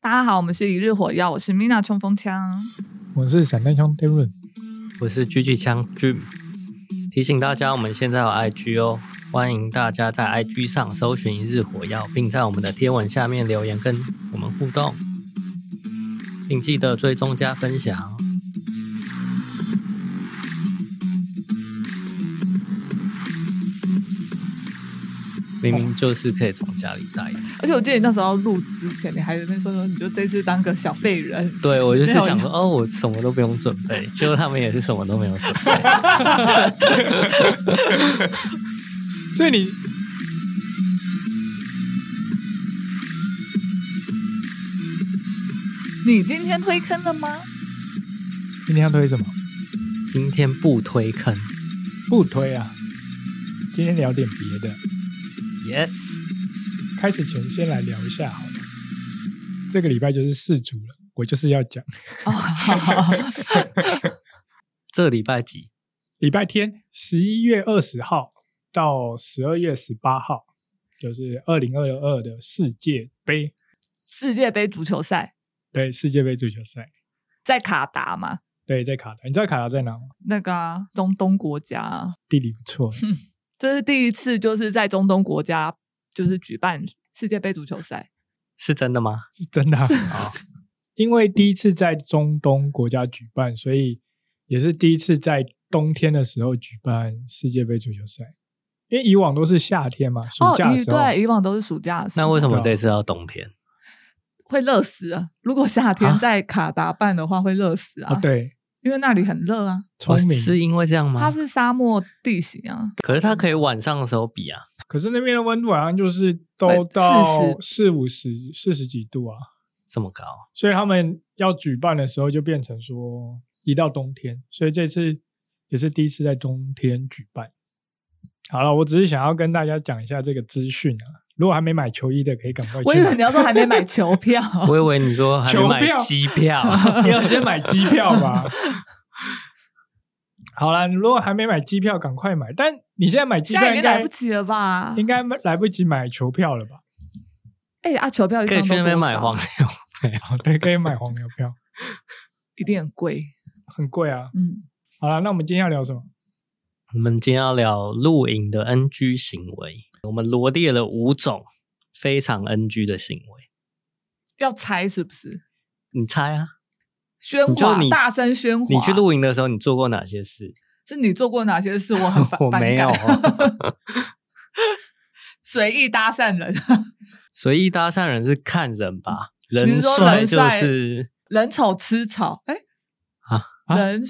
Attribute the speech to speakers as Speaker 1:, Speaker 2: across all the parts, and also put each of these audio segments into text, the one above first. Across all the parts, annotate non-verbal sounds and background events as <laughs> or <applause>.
Speaker 1: 大家好，我们是一日火药，我是 Mina 冲锋枪。
Speaker 2: 我是散弹枪 Darren，
Speaker 3: 我是狙击枪 Jim。提醒大家，我们现在有 IG 哦，欢迎大家在 IG 上搜寻“一日火药”，并在我们的贴文下面留言跟我们互动，并记得追踪加分享。明明就是可以从家里带的，
Speaker 1: 而且我记得你那时候录之前，你还在那边说说，你就这次当个小废人。
Speaker 3: 对我就是
Speaker 1: 没有
Speaker 3: 想
Speaker 1: 用
Speaker 3: 说，哦，我什么都不用准备，结果他们也是什么都没有准备。
Speaker 2: 所以你
Speaker 1: 你今天推坑了吗？
Speaker 2: 今天要推什么？
Speaker 3: 今天不推坑
Speaker 2: 不推啊，今天聊点别的。
Speaker 3: ，yes。
Speaker 2: 开始前先来聊一下好了，这个礼拜就是四组了，我就是要讲
Speaker 1: 哦，好好好
Speaker 3: 这礼拜几？
Speaker 2: 礼拜天十一月二十号到十二月十八号，就是二零二二的世界杯，
Speaker 1: 世界杯足球赛
Speaker 2: 对世界杯足球赛，
Speaker 1: 在卡达嘛，
Speaker 2: 对，在卡达。你知道卡达在哪吗？
Speaker 1: 那个啊、中东国家啊，
Speaker 2: 地理不错欸，
Speaker 1: 这是第一次就是在中东国家就是举办世界杯足球赛。
Speaker 3: 是真的吗？
Speaker 2: 是真的啊、因为第一次在中东国家举办，所以也是第一次在冬天的时候举办世界杯足球赛。因为以往都是夏天嘛，暑
Speaker 1: 哦，
Speaker 2: 假的
Speaker 1: 以
Speaker 2: 时候，啊
Speaker 1: 对，以往都是暑假的时候
Speaker 3: 那为什么
Speaker 2: 对啊
Speaker 3: 这次要冬天？
Speaker 1: 会热死啊？如果夏天
Speaker 3: 啊
Speaker 1: 在卡达办的话，会热死啊
Speaker 2: 啊，对，
Speaker 1: 因为那里很热啊，
Speaker 2: 聪
Speaker 3: 哦
Speaker 2: 明。
Speaker 3: 是因为这样吗
Speaker 1: 它？是沙漠地形啊，
Speaker 3: 可是它可以晚上的时候比啊。
Speaker 2: 可是那边的温度好像就是
Speaker 1: 对
Speaker 2: 都到
Speaker 1: 40
Speaker 2: 四五十、四十几度啊，
Speaker 3: 这么高，
Speaker 2: 所以他们要举办的时候就变成说移到冬天，所以这次也是第一次在冬天举办。好了，我只是想要跟大家讲一下这个资讯啊，如果还没买球衣的，可以赶快去买。
Speaker 1: 我以为你要说还没买球票，
Speaker 3: 我以为你说还没买
Speaker 2: 球票
Speaker 1: <laughs>
Speaker 3: 机票，
Speaker 2: 你要先买机票吧。好啦，你如果还没买机票，赶快买。但你现在买机
Speaker 1: 现在
Speaker 2: 票
Speaker 1: 已
Speaker 2: 应
Speaker 1: 经
Speaker 2: 该
Speaker 1: 来不及了吧？
Speaker 2: 应该来不及买球票了吧？ <laughs>
Speaker 1: 哎、啊，球票一
Speaker 3: 可
Speaker 1: 张
Speaker 3: 以
Speaker 1: 都
Speaker 3: 去那边
Speaker 1: 多
Speaker 3: 买
Speaker 1: 少
Speaker 3: 黄牛。 <laughs>
Speaker 2: 哦，对，可以买黄牛票，
Speaker 1: 一定很贵。
Speaker 2: 很贵啊。
Speaker 1: 嗯，
Speaker 2: 好啦，那我们今天要聊什么？
Speaker 3: 我们今天要聊露营的 NG 行为，我们罗列了五种非常 NG 的行为，
Speaker 1: 要猜是不是？
Speaker 3: 你猜啊？
Speaker 1: 喧
Speaker 3: 你就
Speaker 1: 哗，
Speaker 3: 你
Speaker 1: 大声喧哗。
Speaker 3: 你去露营的时候，你做过哪些事？
Speaker 1: 是你做过哪些事？我
Speaker 3: <laughs>
Speaker 1: 很反
Speaker 3: 我没有 <laughs>
Speaker 1: 反感 <laughs> 随意搭讪
Speaker 3: <laughs>
Speaker 1: 人，
Speaker 3: 随意搭讪人是看
Speaker 1: <laughs>
Speaker 3: 人吧，
Speaker 1: 你是
Speaker 3: 人
Speaker 1: 说
Speaker 3: 帅
Speaker 1: 人
Speaker 3: 就
Speaker 1: 帅
Speaker 3: 是
Speaker 1: 人丑吃草。哎、
Speaker 3: 啊
Speaker 2: 啊
Speaker 1: 人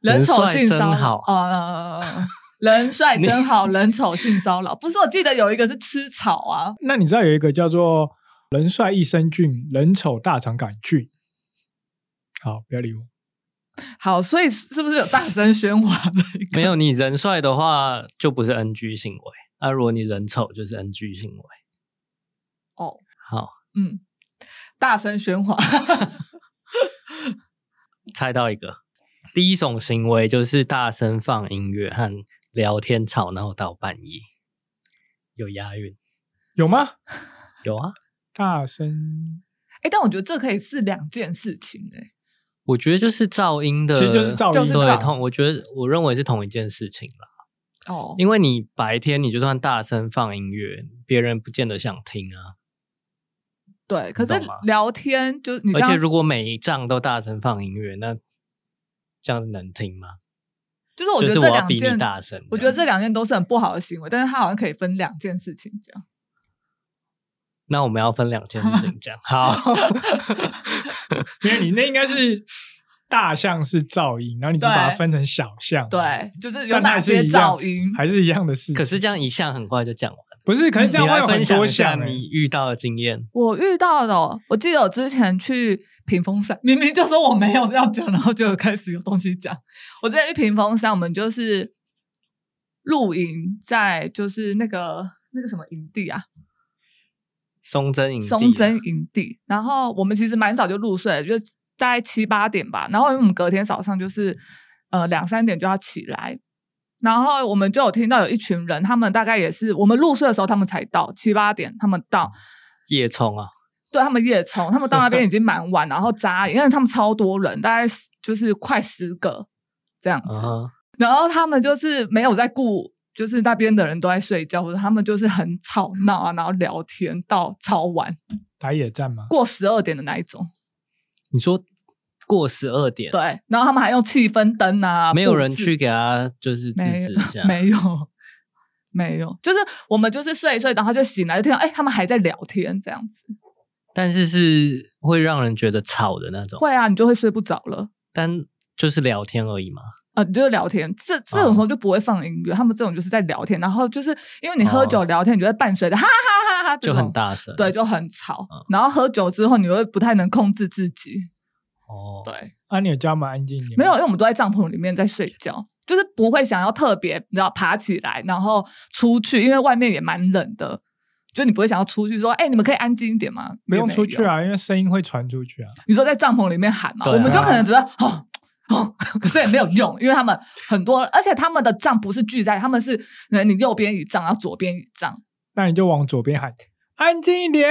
Speaker 3: 人
Speaker 1: 丑
Speaker 3: 帅
Speaker 1: 性
Speaker 3: 真
Speaker 1: 骚扰
Speaker 3: 好
Speaker 1: 啊。人帅真好，人丑性骚扰。不是，我记得有一个是吃草啊，
Speaker 2: 那你知道有一个叫做“人帅益生菌，人丑大肠杆菌”。好，不要理我。
Speaker 1: 好，所以是不是有大声喧哗这一个？
Speaker 3: <laughs> 没有你人帅的话就不是 NG 行为，啊，如果你人丑就是 NG 行为。
Speaker 1: 哦，
Speaker 3: 好，
Speaker 1: 嗯，大声喧哗，
Speaker 3: 猜到一个。第一种行为就是大声放音乐和聊天吵闹到半夜，有押韵，
Speaker 2: 有吗？
Speaker 3: 有啊。
Speaker 2: 大声，
Speaker 1: 哎、但我觉得这可以是两件事情哎、
Speaker 3: 我觉得就是噪音的，
Speaker 2: 其实就是噪音
Speaker 1: 就是噪
Speaker 3: 对，
Speaker 1: 音
Speaker 3: 同我觉得我认为是同一件事情啦。
Speaker 1: 哦，
Speaker 3: 因为你白天你就算大声放音乐，别人不见得想听啊。
Speaker 1: 对，可
Speaker 3: 懂
Speaker 1: 是
Speaker 3: 吗
Speaker 1: 聊天就你
Speaker 3: 而
Speaker 1: 刚
Speaker 3: 且
Speaker 1: 刚
Speaker 3: 如果每一仗都大声放音乐，那这样能听吗？
Speaker 1: 就是我
Speaker 3: 就
Speaker 1: 觉得
Speaker 3: 是
Speaker 1: 这
Speaker 3: 我要
Speaker 1: 两
Speaker 3: 比
Speaker 1: 件
Speaker 3: 你，大声样。
Speaker 1: 我觉得这两件都是很不好的行为，但是他好像可以分两件事情讲。
Speaker 3: 那我们要分两件事情
Speaker 1: <laughs>
Speaker 3: 讲。好，
Speaker 2: 因为你那应该是大象是噪音，然后你只把它
Speaker 1: 对
Speaker 2: 分成小象，，
Speaker 1: 对，就是有
Speaker 2: 但它
Speaker 1: 哪
Speaker 2: 还
Speaker 1: 些
Speaker 2: 是一样
Speaker 1: 噪音？
Speaker 2: 还是一样的事情。
Speaker 3: 可是这样一项很快就讲完了。
Speaker 2: 不是？可是这样
Speaker 3: 你
Speaker 2: 啊会
Speaker 3: 来
Speaker 2: 有
Speaker 3: 分
Speaker 2: 很
Speaker 3: 享
Speaker 2: 多
Speaker 3: 一下
Speaker 2: 项欸
Speaker 3: 你遇到的经验。
Speaker 1: 我遇到的哦，我记得我之前去屏风山，明明就说我没有要讲，然后就有开始有东西讲。我之前去屏风山，我们就是露营，在就是那个那个什么营地啊，
Speaker 3: 松针营地啊
Speaker 1: 松针营地。然后我们其实蛮早就入睡了，就大概七八点吧。然后因为我们隔天早上就是呃两三点就要起来，然后我们就有听到有一群人，他们大概也是我们入睡的时候他们才到七八点，他们到，
Speaker 3: 夜冲啊，
Speaker 1: 对他们越冲，他们到那边已经蛮晚，然后扎营，因为他们超多人，大概就是快十个这样子。
Speaker 3: 啊，
Speaker 1: 然后他们就是没有在顾，就是那边的人都在睡觉，或者他们就是很吵闹啊，然后聊天到超晚，
Speaker 2: 打野战吗？
Speaker 1: 过十二点的那一种。
Speaker 3: 你说过十二点，
Speaker 1: 对，然后他们还用气氛灯啊，
Speaker 3: 没有人
Speaker 1: 布置
Speaker 3: 去给他就是制
Speaker 1: 没
Speaker 3: 止一下，
Speaker 1: 没有，没有，就是我们就是睡一睡，然后就醒来，就听到哎、他们还在聊天这样子。
Speaker 3: 但是是会让人觉得吵的那种，
Speaker 1: 会啊，你就会睡不着了。
Speaker 3: 但就是聊天而已嘛。
Speaker 1: 啊，你就是聊天，这这种时候就不会放音乐，他们这种就是在聊天，然后就是因为你喝酒
Speaker 3: 哦
Speaker 1: 聊天，你就会伴随着哈哈哈哈，这
Speaker 3: 就很
Speaker 1: 种，
Speaker 3: 大声。
Speaker 1: 哦对，就很吵。
Speaker 3: 嗯
Speaker 1: 然后喝酒之后，你会不太能控制自己，
Speaker 3: 哦，
Speaker 1: 对，
Speaker 2: 啊，你有叫他们安静一点？
Speaker 1: 没有，因，为我们都在帐篷里面在睡觉，就是不会想要特别，你知道，爬起来然后出去，因为外面也蛮冷的，就你不会想要出去说，哎、你们可以安静一点吗？
Speaker 2: 不用
Speaker 1: 也没
Speaker 2: 出去
Speaker 1: 有！
Speaker 2: 啊，因为声音会传出去啊。
Speaker 1: 你说在帐篷里面喊嘛，
Speaker 3: 对啊
Speaker 1: 我们就可能只是哦。哦，可是也没有用，因为他们很多，而且他们的帐不是聚在，他们是可能你右边一帐，然后左边一帐，
Speaker 2: 那你就往左边喊，安静一
Speaker 1: <laughs>
Speaker 2: 点。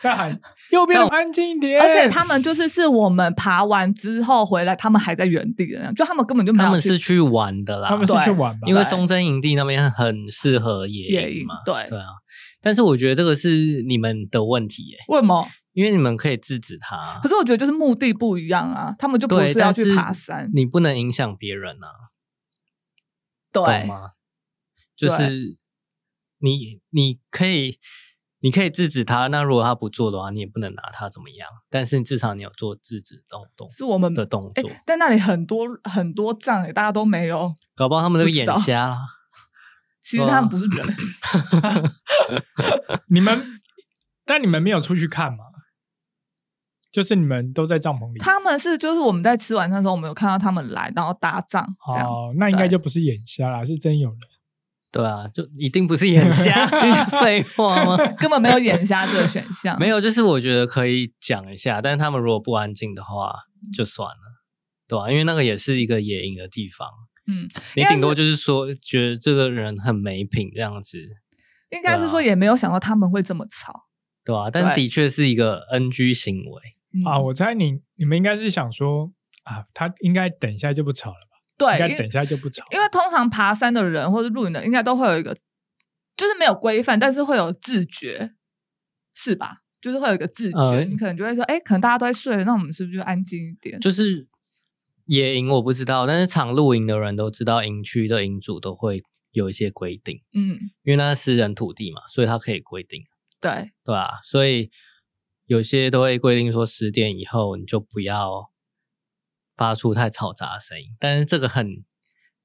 Speaker 2: 再喊右边的安静一点。
Speaker 1: 而且他们就是是我们爬完之后回来，他们还在原地的那样，就他们根本就没有
Speaker 3: 他们
Speaker 1: 去
Speaker 3: 是去玩的啦
Speaker 2: 他，们是
Speaker 1: 对
Speaker 2: 去玩吧？
Speaker 3: 因为
Speaker 1: 对
Speaker 3: 松针营地那边很适合野
Speaker 1: 野
Speaker 3: 营
Speaker 1: 营
Speaker 3: 嘛。
Speaker 1: 对
Speaker 3: 对啊，但是我觉得这个是你们的问题耶，
Speaker 1: 为什么？
Speaker 3: 因为你们可以制止他
Speaker 1: 可，是我觉得就是目的不一样啊，他们就不
Speaker 3: 对，
Speaker 1: 是要
Speaker 3: 但
Speaker 1: 去
Speaker 3: 是
Speaker 1: 爬山，
Speaker 3: 你不能影响别人啊，懂
Speaker 1: 对
Speaker 3: 吗？就
Speaker 1: 对
Speaker 3: 是你你可以。你可以制止他，那如果他不做的话，你也不能拿他怎么样。但是至少你有做制止这种动
Speaker 1: 是我们
Speaker 3: 的动
Speaker 1: 哎
Speaker 3: 作，，
Speaker 1: 但那里很多很多藏诶，大家都没有。
Speaker 3: 搞不好他们都
Speaker 1: 不知
Speaker 3: 眼
Speaker 1: 道
Speaker 3: 瞎啊啦。
Speaker 1: 其实他
Speaker 2: 嗯
Speaker 1: 们不是人， <laughs>
Speaker 2: 你们，但你们没有出去看嘛？就是你们都在帐篷里。
Speaker 1: 他们是就是我们在吃晚餐的时候，我们有看到他们来，然后搭帐这样。
Speaker 2: 哦，那应该
Speaker 1: 对
Speaker 2: 就不是眼瞎啦，是真有人。
Speaker 3: 对啊，就一定不是
Speaker 1: <laughs>
Speaker 3: 眼瞎， <laughs> 废话吗？
Speaker 1: 根本没有眼瞎这个选
Speaker 2: <laughs>
Speaker 1: 项，
Speaker 3: 没有，就是我觉得可以讲一下，但是他们如果不安静的话，就算了，对啊，因为那个也是一个野营的地方，
Speaker 1: 嗯，应
Speaker 3: 你
Speaker 1: 该
Speaker 3: 顶多就是说觉得这个人很没品这样子，
Speaker 1: 应该是说
Speaker 2: 啊
Speaker 3: 对
Speaker 1: 也没有想到他们会这么吵、
Speaker 3: 对啊，但
Speaker 1: 对
Speaker 3: 的确是一个 NG 行为，
Speaker 1: 嗯、
Speaker 2: 啊，我猜你你们应该是想说啊，他应该等一下就不吵了吧？
Speaker 1: 对，
Speaker 2: 应
Speaker 1: 因
Speaker 2: 该
Speaker 1: 为
Speaker 2: 等一下就不吵。
Speaker 1: 因为通常爬山的人或者露营的，应该都会有一个，就是没有规范，但是会有自觉，是吧？就是会有一个自觉，
Speaker 3: 呃
Speaker 1: 你可能就会说，哎、可能大家都在睡了，那我们是不是就安静一点？
Speaker 3: 就是野营我不知道，但是常露营的人都知道，营区的营主都会有一些规定，
Speaker 1: 嗯，
Speaker 3: 因为那是私人土地嘛，所以他可以规定。
Speaker 1: 对，
Speaker 3: 对啊，所以有些都会规定说十点以后你就不要发出太嘈杂的声音，但是这个很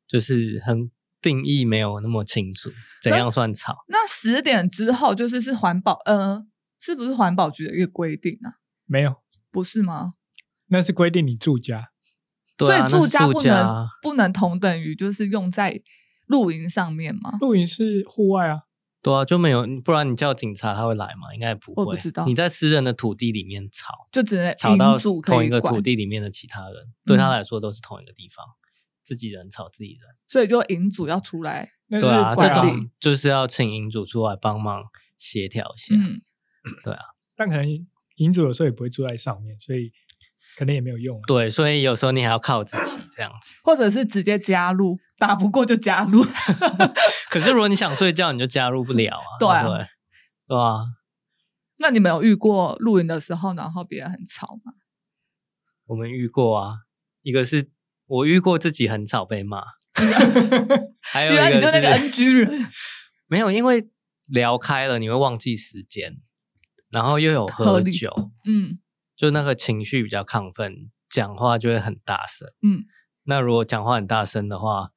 Speaker 3: 就是很定义没有那么清楚，怎样算吵？
Speaker 1: 那十点之后就是是环保，呃，是不是环保局的一个规定啊？
Speaker 2: 没有，
Speaker 1: 不是吗？
Speaker 2: 那是规定你住家。
Speaker 3: 对啊，
Speaker 1: 所以住家
Speaker 3: 那是
Speaker 1: 不
Speaker 3: 住家
Speaker 1: 能
Speaker 3: 啊
Speaker 1: 不能同等于就是用在露营上面吗？
Speaker 2: 露营是户外啊，
Speaker 3: 对啊，就没有，不然你叫警察他会来吗？应该也不会。
Speaker 1: 我不知道
Speaker 3: 你在私人的土地里面吵，
Speaker 1: 就只能
Speaker 3: 吵到
Speaker 1: 营主可
Speaker 3: 同
Speaker 1: 以
Speaker 3: 一个
Speaker 1: 管
Speaker 3: 土，地里面的其他人，对他
Speaker 1: 嗯
Speaker 3: 来说都是同一个地方，自己人吵自己人。
Speaker 1: 所以就营主要出来，
Speaker 2: 那是
Speaker 3: 对啊，
Speaker 2: 管
Speaker 3: 这
Speaker 2: 理
Speaker 3: 种就是要请营主出来帮忙协调一下。啊
Speaker 1: 嗯，
Speaker 2: 但可能银主有时候也不会住在上面，所以可能也没有用、啊。
Speaker 3: 对，所以有时候你还要靠自己这样子。
Speaker 1: 或者是直接加入，打不过就加入。 <laughs>
Speaker 3: 可是如果你想睡觉，你就加入不了啊。
Speaker 1: 对啊
Speaker 3: 不对对啊，
Speaker 1: 那你们有遇过露营的时候，然后别人很吵吗？
Speaker 3: 我们遇过啊，一个是我遇过自己很吵
Speaker 1: <laughs>
Speaker 3: 被骂，还有一
Speaker 1: 原来你就那个嗯
Speaker 3: 个是
Speaker 1: NG 人，
Speaker 3: 没有，因为聊开了你会忘记时间，然后又有
Speaker 1: 合
Speaker 3: 喝
Speaker 1: 理
Speaker 3: 酒，
Speaker 1: 嗯
Speaker 3: 就那个情绪比较亢奋，讲话就会很大声。
Speaker 1: 嗯，
Speaker 3: 那如果讲话很大声的话，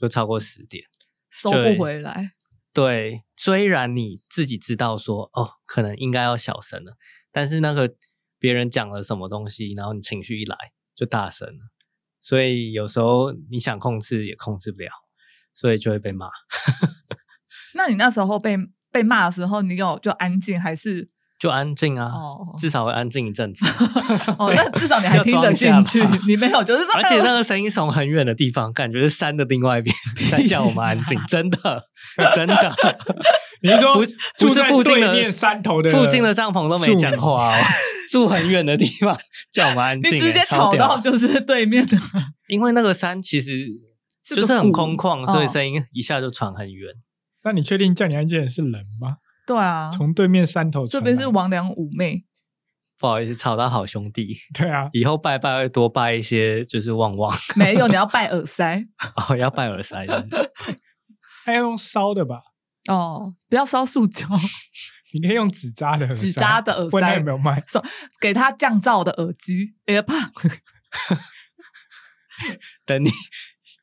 Speaker 3: 就超过十点。
Speaker 1: 收不回来，
Speaker 3: 对，虽然你自己知道说哦，可能应该要小声了，但是那个别人讲了什么东西，然后你情绪一来就大声了，所以有时候你想控制也控制不了，所以就会被骂。
Speaker 1: 那你那时候被被骂的时候，你有就安静还是？
Speaker 3: 就安静啊，
Speaker 1: 哦
Speaker 3: 至少会安静一阵子。
Speaker 1: <laughs> 哦，那至
Speaker 3: <laughs>
Speaker 1: 少你还听得进去
Speaker 3: 要装一下吧，
Speaker 1: 你没有就是。
Speaker 3: 而
Speaker 1: <laughs>
Speaker 3: 且那个声音从很远的地方，感觉是山的另外一边在叫我们安静，真的，真的，
Speaker 2: 你是说
Speaker 3: 不是
Speaker 2: 住
Speaker 3: 不是
Speaker 2: 在
Speaker 3: 附近
Speaker 2: 对
Speaker 3: 的
Speaker 2: 面山头的
Speaker 3: 附近的帐篷都没讲话、哦， <laughs> 住很远的地方叫我们
Speaker 1: <laughs>
Speaker 3: 安
Speaker 1: 你
Speaker 3: 静、欸，
Speaker 1: 直接
Speaker 3: 超
Speaker 1: 吵
Speaker 3: 屌
Speaker 1: 到就是对面的， <laughs>
Speaker 3: 因为那个山其实
Speaker 1: 是
Speaker 3: 就
Speaker 1: 个
Speaker 3: 是很
Speaker 1: 谷
Speaker 3: 空旷，所以
Speaker 1: 哦
Speaker 3: 声音一下就传很远。
Speaker 2: 那你确定叫你安静的是人吗？
Speaker 1: 对啊，
Speaker 2: 从对面山头
Speaker 1: 这
Speaker 2: 传
Speaker 1: 边
Speaker 2: 来
Speaker 1: 是王良妩媚，
Speaker 3: 不好意思，吵到好兄弟，
Speaker 2: 对啊，
Speaker 3: 以后拜拜会多拜一些，就是旺旺，
Speaker 1: 没有你要拜耳
Speaker 3: <laughs>
Speaker 1: 塞
Speaker 3: 哦，要拜耳
Speaker 1: <laughs>
Speaker 3: 塞的。
Speaker 2: 他要用烧的吧？
Speaker 1: 哦，不要烧塑胶，
Speaker 2: 你可以用纸扎的耳塞，
Speaker 1: 纸扎的耳
Speaker 2: 问他
Speaker 1: 塞
Speaker 2: 有没有卖？
Speaker 1: 给他降噪的耳机
Speaker 3: <laughs>
Speaker 1: AirPod，
Speaker 3: 等你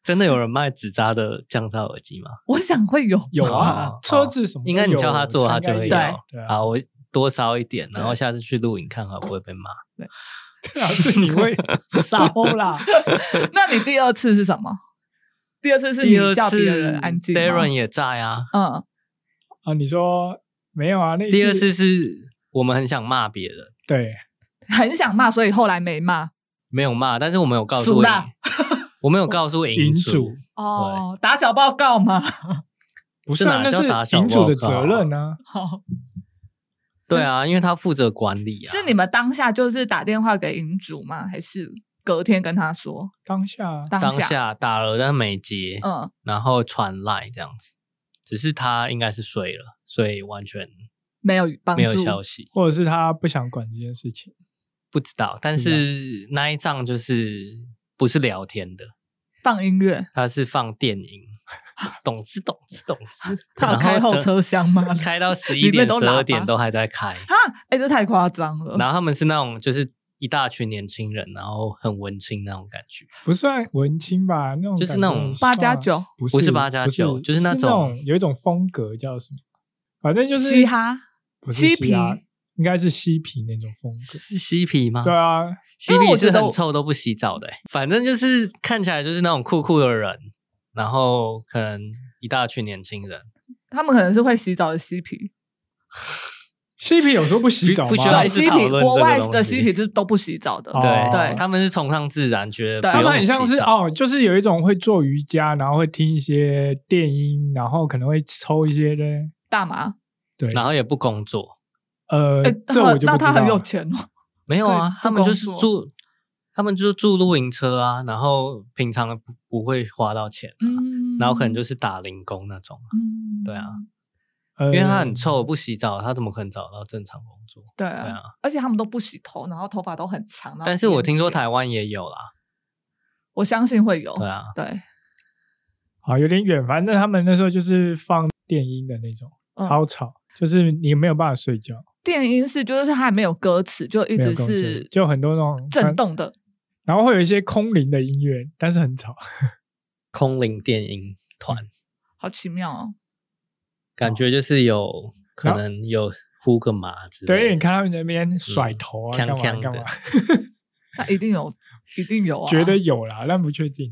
Speaker 3: 真的有人卖纸扎的降噪耳机吗？
Speaker 1: 我想会有
Speaker 2: 有
Speaker 3: 哦
Speaker 2: 啊
Speaker 3: 哦，
Speaker 2: 车子什么都有？
Speaker 3: 应该你叫他做
Speaker 2: 我
Speaker 3: 他
Speaker 2: 猜
Speaker 3: 就会
Speaker 2: 应
Speaker 3: 有
Speaker 2: 该有。对 <laughs> 啊，
Speaker 3: 好，我多烧一点，然后
Speaker 1: 对
Speaker 3: 下次去录影看看会不会被骂。
Speaker 2: 最好是你会 <laughs> 烧啦。
Speaker 1: <laughs> 那你第二次是什么？第二次是你
Speaker 3: 第二
Speaker 1: 叫
Speaker 3: 次
Speaker 1: 别人安静吗
Speaker 3: Darren 也在啊。
Speaker 1: 嗯，
Speaker 2: 啊，你说没有啊？那
Speaker 3: 第二次是我们很想骂别人，
Speaker 2: 对，
Speaker 1: 很想骂，所以后来没骂。
Speaker 3: 没有骂，但是我们有告
Speaker 1: 俗
Speaker 3: 诉你
Speaker 1: 辣，
Speaker 3: <laughs> 我们有告诉
Speaker 2: 银
Speaker 3: 银
Speaker 2: 主
Speaker 3: 主，
Speaker 1: 哦，打小报告嘛。
Speaker 2: 不是啊，
Speaker 3: 这哪
Speaker 2: 那
Speaker 3: 叫打
Speaker 2: 是
Speaker 3: 小
Speaker 2: 银主的
Speaker 3: 报告啊
Speaker 2: 责任啊。
Speaker 1: <laughs> 好，
Speaker 3: 对啊，因为他负责管理啊。
Speaker 1: 是你们当下就是打电话给银主吗？还是隔天跟他说？
Speaker 2: 当下啊
Speaker 1: 当
Speaker 3: 当下打了，但没接，
Speaker 1: 嗯，
Speaker 3: 然后传来这样子。只是他应该是睡了，所以完全
Speaker 1: 没有帮助。
Speaker 3: 没有消息，
Speaker 2: 或者是他不想管这件事情，
Speaker 3: 不知道。但
Speaker 1: 啊
Speaker 3: 是那一仗就是不是聊天的，
Speaker 1: 放音乐，
Speaker 3: 他是放电影， <laughs> 懂之懂之懂之。
Speaker 1: <laughs> 他有开后车厢吗
Speaker 3: 然后
Speaker 1: <laughs>
Speaker 3: 整开到十一
Speaker 1: 里
Speaker 3: 点、
Speaker 1: 面都
Speaker 3: 十
Speaker 1: 喇叭
Speaker 3: 二点都还在开。
Speaker 1: 哈，哎、这太夸张了。
Speaker 3: 然后他们是那种就是一大群年轻人，然后很文青那种感觉。
Speaker 2: 不算文青吧？那种
Speaker 3: 就是
Speaker 2: 感
Speaker 3: 那
Speaker 2: 觉
Speaker 3: 种
Speaker 2: 算啊
Speaker 1: 八加，九
Speaker 2: 不
Speaker 3: 不是
Speaker 2: 是
Speaker 3: 八加九
Speaker 2: 不
Speaker 3: 就是
Speaker 2: 是
Speaker 3: 那
Speaker 2: 种
Speaker 3: 种
Speaker 2: 有一种风格叫什么？反正就是
Speaker 1: 嘻哈，
Speaker 2: 不是
Speaker 1: 嬉皮
Speaker 2: 嘻哈，应该是嬉皮那种风格。
Speaker 3: 是嬉皮吗？
Speaker 2: 对啊，
Speaker 3: 嬉
Speaker 1: 因为
Speaker 3: 皮
Speaker 1: 我
Speaker 3: 是
Speaker 1: 觉得
Speaker 3: 很
Speaker 1: 我
Speaker 3: 臭都不洗澡的欸、反正就是看起来就是那种酷酷的人，然后可能一大群年轻人，
Speaker 1: 他们可能是会洗澡的嬉皮，
Speaker 2: 嬉皮有时候不洗澡吗？
Speaker 3: 不不需要
Speaker 1: 对，
Speaker 3: 一直
Speaker 1: 嬉
Speaker 3: 讨
Speaker 1: 皮，
Speaker 3: 论
Speaker 1: 国
Speaker 3: 这个
Speaker 1: 外
Speaker 3: 东
Speaker 1: 的
Speaker 3: 西
Speaker 1: 嬉皮就是都不洗澡的。
Speaker 2: 哦
Speaker 3: 对
Speaker 1: 对
Speaker 3: 他们是崇尚自然，觉得
Speaker 1: 对
Speaker 2: 他
Speaker 3: 不
Speaker 2: 们
Speaker 3: 用
Speaker 2: 很像
Speaker 3: 洗
Speaker 2: 是
Speaker 3: 澡，
Speaker 2: 哦，就是有一种会做瑜伽，然后会听一些电音，然后可能会抽一些的，
Speaker 1: 大麻，
Speaker 2: 对，
Speaker 3: 然后也不工作，
Speaker 2: 呃
Speaker 1: 哎、，
Speaker 2: 这我就不
Speaker 1: 那
Speaker 2: 知
Speaker 1: 他
Speaker 2: 道
Speaker 1: 很有
Speaker 2: 了。
Speaker 1: 钱
Speaker 3: <laughs>
Speaker 1: 哦。
Speaker 3: 没有啊
Speaker 1: 对，
Speaker 3: 他们就是
Speaker 1: 不工
Speaker 3: 住，他们就是住露营车啊，然后平常不不会花到钱啊、
Speaker 1: 嗯，
Speaker 3: 然后可能就是打零工那种啊，
Speaker 1: 嗯，
Speaker 3: 对啊，
Speaker 2: 因
Speaker 3: 因为他很臭，不洗澡，他怎么可能找到正常工作？
Speaker 1: 对
Speaker 3: 对啊
Speaker 1: 啊，而且他们都不洗头，然后头发都很长。然后
Speaker 3: 但是我听说
Speaker 1: 编起来，
Speaker 3: 台湾也有啦，
Speaker 1: 我相信会有。
Speaker 3: 对啊，
Speaker 1: 对，
Speaker 2: 好有点远，反正他们那时候就是放电音的那种，
Speaker 1: 嗯
Speaker 2: 超吵，就是你没有办法睡觉，
Speaker 1: 电音是就是它还没有歌词，就一
Speaker 2: 没有
Speaker 1: 直
Speaker 2: 空
Speaker 1: 是
Speaker 2: 间就很多那种
Speaker 1: 震，动的。
Speaker 2: 然后会有一些空灵的音乐，但是很吵。
Speaker 3: 空灵电音
Speaker 1: 嗯
Speaker 3: 团。
Speaker 1: 好奇妙哦！
Speaker 3: 感觉就是有
Speaker 2: 哦
Speaker 3: 可
Speaker 2: 然后
Speaker 3: 能有呼个麻之
Speaker 2: 对，因为
Speaker 3: 类
Speaker 2: 你
Speaker 3: 的。
Speaker 2: 看他们那边甩头啊，
Speaker 3: 嗯
Speaker 2: 干
Speaker 3: 锵锵
Speaker 2: 嘛
Speaker 3: 的
Speaker 2: 干嘛，
Speaker 1: 那一定有，一定有啊！
Speaker 2: 觉得有啦，但不确定。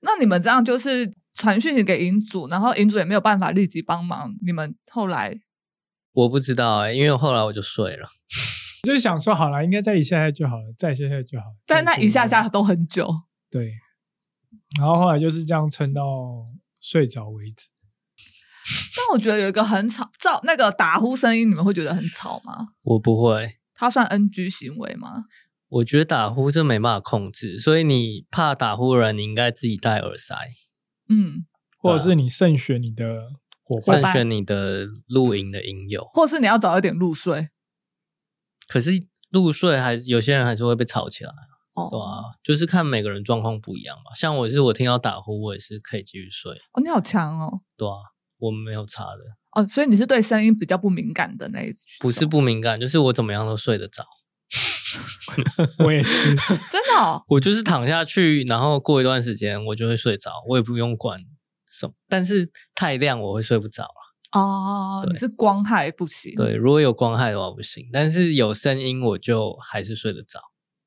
Speaker 1: 那你们这样就是传讯息给银主，然后银主也没有办法立即帮忙。你们后来
Speaker 3: 我不知道哎、因为后来我就睡了。
Speaker 2: 就是想说好了，应该再一下下就好了，再一下下就好了。
Speaker 1: 但那
Speaker 2: 再
Speaker 1: 一下
Speaker 2: 下
Speaker 1: 下都很久，
Speaker 2: 对，然后后来就是这样撑到睡着为止。
Speaker 1: 但我觉得有一个很吵，照那个打呼声音，你们会觉得很吵吗？
Speaker 3: 我不会，
Speaker 1: 它算 NG 行为吗？
Speaker 3: 我觉得打呼真没办法控制，所以你怕打呼的人，你应该自己戴耳塞，
Speaker 1: 嗯，
Speaker 2: 或者是你慎选你的伙
Speaker 3: 慎
Speaker 2: 伴，
Speaker 1: 伴
Speaker 3: 选你的露营的营友。
Speaker 1: 或是你要早一点入睡
Speaker 3: 可是入睡还有些人还是会被吵起来，
Speaker 1: 哦。
Speaker 3: 对啊，就是看每个人状况不一样吧。像我是我听到打呼，我也是可以继续睡，
Speaker 1: 哦，你好强哦！
Speaker 3: 对啊，我没有差的，
Speaker 1: 哦，所以你是对声音比较不敏感的那一种？
Speaker 3: 不是不敏感，就是我怎么样都睡得着。
Speaker 2: 我也是。
Speaker 1: 真的哦，
Speaker 3: 我就是躺下去，然后过一段时间我就会睡着，我也不用管什么。但是太亮我会睡不着啊。
Speaker 1: 哦，
Speaker 3: 对
Speaker 1: 你是光害不行。
Speaker 3: 对，如果有光害的话不行，但是有声音我就还是睡得着。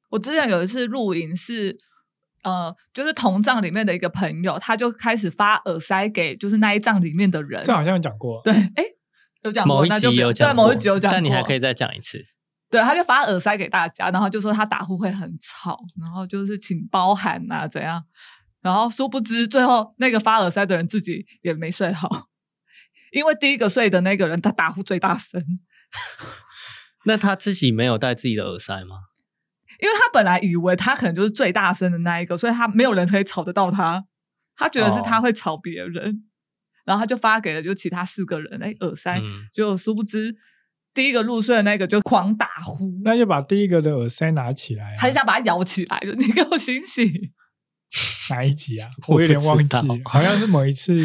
Speaker 1: 我之前有一次露营是，呃，就是同帐里面的一个朋友，他就开始发耳塞给就是那一帐里面的人
Speaker 2: <laughs> 这。好像有讲过，
Speaker 1: 对，哎，有讲过
Speaker 3: 某一
Speaker 1: 那就
Speaker 3: 集
Speaker 1: 不
Speaker 3: 有讲
Speaker 1: 对，啊
Speaker 3: 过，
Speaker 1: 某一集有讲过。
Speaker 3: 但你还可
Speaker 1: 以
Speaker 3: 以再讲一次。
Speaker 1: 对，他就发耳塞给大家，然后就说他打呼会很吵，然后就是请包涵啊怎样。然后殊不知最后那个发耳塞的人自己也没睡好，因为第一个睡的那个人他打呼最大声，
Speaker 3: 那他自己没有戴自己的耳塞吗？
Speaker 1: 因为他本来以为他可能就是最大声的那一个，所以他没有人可以吵得到他，他觉得是他会吵别人，然后他就发给了就其他四个人哎耳塞，
Speaker 3: 嗯，
Speaker 1: 就殊不知第一个入睡的那个就狂打呼，
Speaker 2: 那就把第一个的耳塞拿起来、啊。
Speaker 1: 他就想把他摇起来，就 <laughs> 你给我醒醒。
Speaker 2: 哪一集啊？
Speaker 3: 我
Speaker 2: 我有点
Speaker 3: 不知
Speaker 2: 忘记
Speaker 3: 道
Speaker 2: 了，好像是某一次。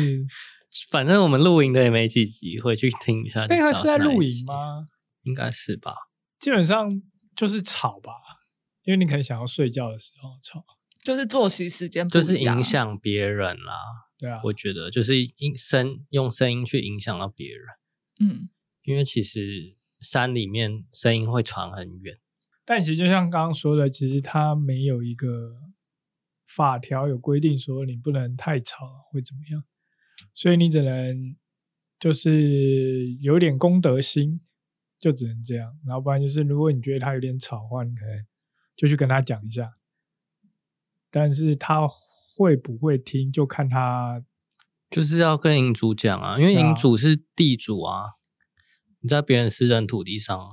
Speaker 3: 反正我们露营的也没几集，回去听一啊下。
Speaker 2: 那
Speaker 3: 个
Speaker 1: 啊
Speaker 2: 个是在露营？吗？
Speaker 3: 应该是吧。
Speaker 2: 基本上就是吵吧，因为你可能想要睡觉的时候吵。
Speaker 1: 就是作息时间不
Speaker 3: 就是
Speaker 1: 一样
Speaker 3: 影响别人啦。
Speaker 2: 对啊，
Speaker 3: 我觉得就是音声用声音去影响到别人，
Speaker 1: 嗯，
Speaker 3: 因为其实山里面声音会传很远。
Speaker 2: 但其实就像刚刚说的，其实它没有一个法条有规定说你不能太吵啊会怎么样，所以你只能就是有点公德心，就只能这样。然后不然就是如果你觉得他有点吵的话，你可能就去跟他讲一下，但是他会不会听就看他。
Speaker 3: 就是要跟营主讲啊，因为
Speaker 2: 对啊
Speaker 3: 营主是地主啊，你在别人私人土地上，啊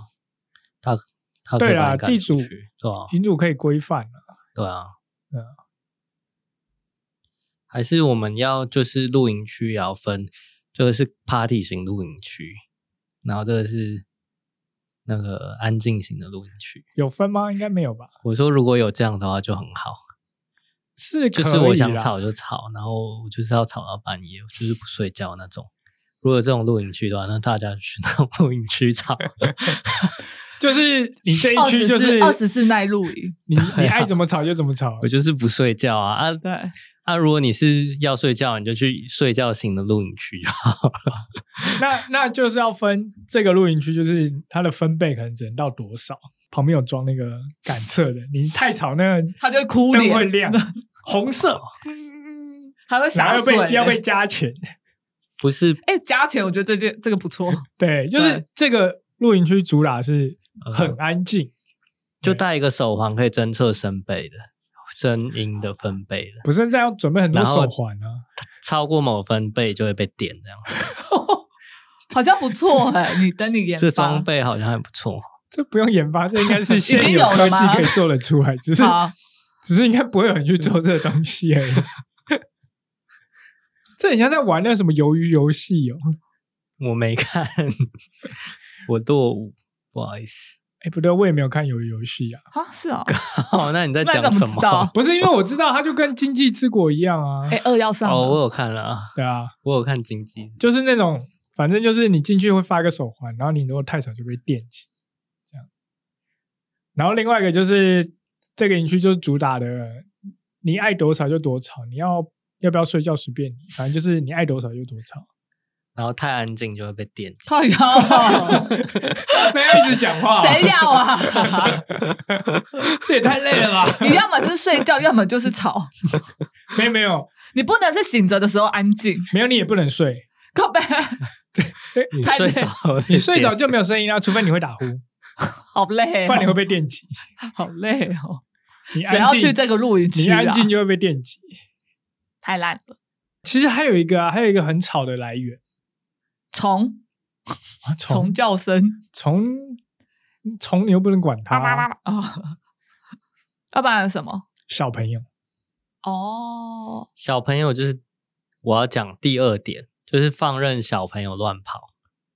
Speaker 3: 他他可以
Speaker 2: 对
Speaker 3: 把
Speaker 2: 啦
Speaker 3: 你赶出
Speaker 2: 地主
Speaker 3: 去，对啊，
Speaker 2: 银主可以规范啊，
Speaker 3: 对啊，
Speaker 2: 对啊
Speaker 3: 还是我们要就是露营区也要分，这个是 party 型露营区，然后这个是那个安静型的露营区。
Speaker 2: 有分吗？应该没有吧？
Speaker 3: 我说如果有这样的话就很好，
Speaker 2: 是 <laughs> 可以
Speaker 3: 就
Speaker 2: 啦，
Speaker 3: 是我想吵就吵，然后我就是要吵到半夜，我就是不睡觉那种。如果有这种露营区的话，那大家去
Speaker 2: <laughs>
Speaker 3: 那种露营区吵。
Speaker 2: 就是你这一
Speaker 1: 二
Speaker 2: 区
Speaker 1: 十
Speaker 2: 就
Speaker 1: 四
Speaker 2: 是
Speaker 1: 二十四耐露营，
Speaker 2: 你你爱怎么吵就怎么吵
Speaker 3: <laughs>
Speaker 2: 啊
Speaker 3: 我，就是不睡觉啊啊
Speaker 1: 对，
Speaker 3: 啊！如果你是要睡觉，你就去睡觉型的露营区就好了。
Speaker 2: <laughs> 那那就是要分这个露营区，就是它的分贝可能只能到多少，旁边有装那个感测的，你太吵那个
Speaker 1: 他就会哭
Speaker 2: 灯会
Speaker 1: <laughs> 脸，
Speaker 2: 亮红色，
Speaker 1: 哦还会洒
Speaker 2: 然后要
Speaker 1: 水、
Speaker 2: 被要被加钱，
Speaker 3: 不是
Speaker 1: 哎、加钱，我觉得这件这个不错，
Speaker 2: 对，就是
Speaker 1: 对嗯
Speaker 2: 这个露营区主打是 <laughs> 很
Speaker 3: 呃
Speaker 2: 安静，
Speaker 3: 就带一个手环可以侦测声贝的声音的分贝的，
Speaker 2: 不是这样要准备很多
Speaker 3: 然后
Speaker 2: 手环啊，
Speaker 3: 超过某分贝就会被点这样。
Speaker 1: 好像不错哎、你等你研发
Speaker 3: 这装备好像还不错，
Speaker 2: 这不用研发，这应该
Speaker 1: <laughs>
Speaker 2: 是现
Speaker 1: 经
Speaker 2: 有
Speaker 1: 有了
Speaker 2: 科技
Speaker 1: 吗
Speaker 2: 可以做得出来，只是 <laughs>
Speaker 1: 好，
Speaker 2: 只是应该不会有人去做这个东西而已。 <laughs> 这很像在玩那个什么鱿鱼游戏哦。
Speaker 3: 我没看， <laughs> 我落伍，不好意思。
Speaker 2: 哎，不对，我也没有看鱿鱼游戏啊。
Speaker 1: 啊，是哦，
Speaker 2: <laughs>
Speaker 3: 哦，那你在
Speaker 1: 那
Speaker 3: 讲
Speaker 1: 你
Speaker 3: 什
Speaker 1: 怎么知道
Speaker 3: 么？
Speaker 2: 不是因为我知道它就跟《经济之国》一样啊。
Speaker 1: 哎、二要上了
Speaker 3: 哦，我有看了啊，
Speaker 2: 对啊，
Speaker 3: 我有看经济，
Speaker 2: 就是那种，反正就是你进去会发一个手环，然后你如果太吵就被电击，这样。然后另外一个就是这个营区就是主打的，你爱多吵就多吵，你要要不要睡觉随便你，反正就是你爱多吵就多
Speaker 1: <laughs>
Speaker 2: 吵，
Speaker 3: 然后太安静就会被电击。
Speaker 1: 靠腰哦、
Speaker 2: 不要一直讲 <laughs> 话，
Speaker 1: <laughs> 谁要啊？
Speaker 2: 这也太累了吧？
Speaker 1: 你要么就是睡觉，要么就是吵，
Speaker 2: 没有没有
Speaker 1: 你不能是醒着的时候安静，
Speaker 2: 没有，你也不能睡，
Speaker 1: 靠背，
Speaker 3: 你
Speaker 1: 太
Speaker 3: 睡
Speaker 1: 累
Speaker 3: 着，
Speaker 2: 你睡着就没有声音啊，除非你会
Speaker 1: <laughs>
Speaker 2: 打呼，
Speaker 1: 好累、
Speaker 2: 不
Speaker 1: 哦，
Speaker 2: 然你会被电击。
Speaker 1: 好累哦。
Speaker 2: 你
Speaker 1: 谁
Speaker 2: 安
Speaker 1: 要
Speaker 2: 静
Speaker 1: 去，这个露营
Speaker 2: 你
Speaker 1: 区啊？
Speaker 2: 安静就会被电击。
Speaker 1: 太烂了，
Speaker 2: 其实还有一个啊，还有一个很吵的来源，
Speaker 1: 虫
Speaker 2: 啊
Speaker 1: 虫
Speaker 2: 虫
Speaker 1: 叫声，
Speaker 2: 虫虫，你又不能管它
Speaker 1: 叭叭叭
Speaker 2: 啊，
Speaker 1: 叭啊！要不然什么？
Speaker 2: 小朋友
Speaker 1: 哦，
Speaker 3: 小朋友就是我要讲第二点，就是放任小朋友乱跑。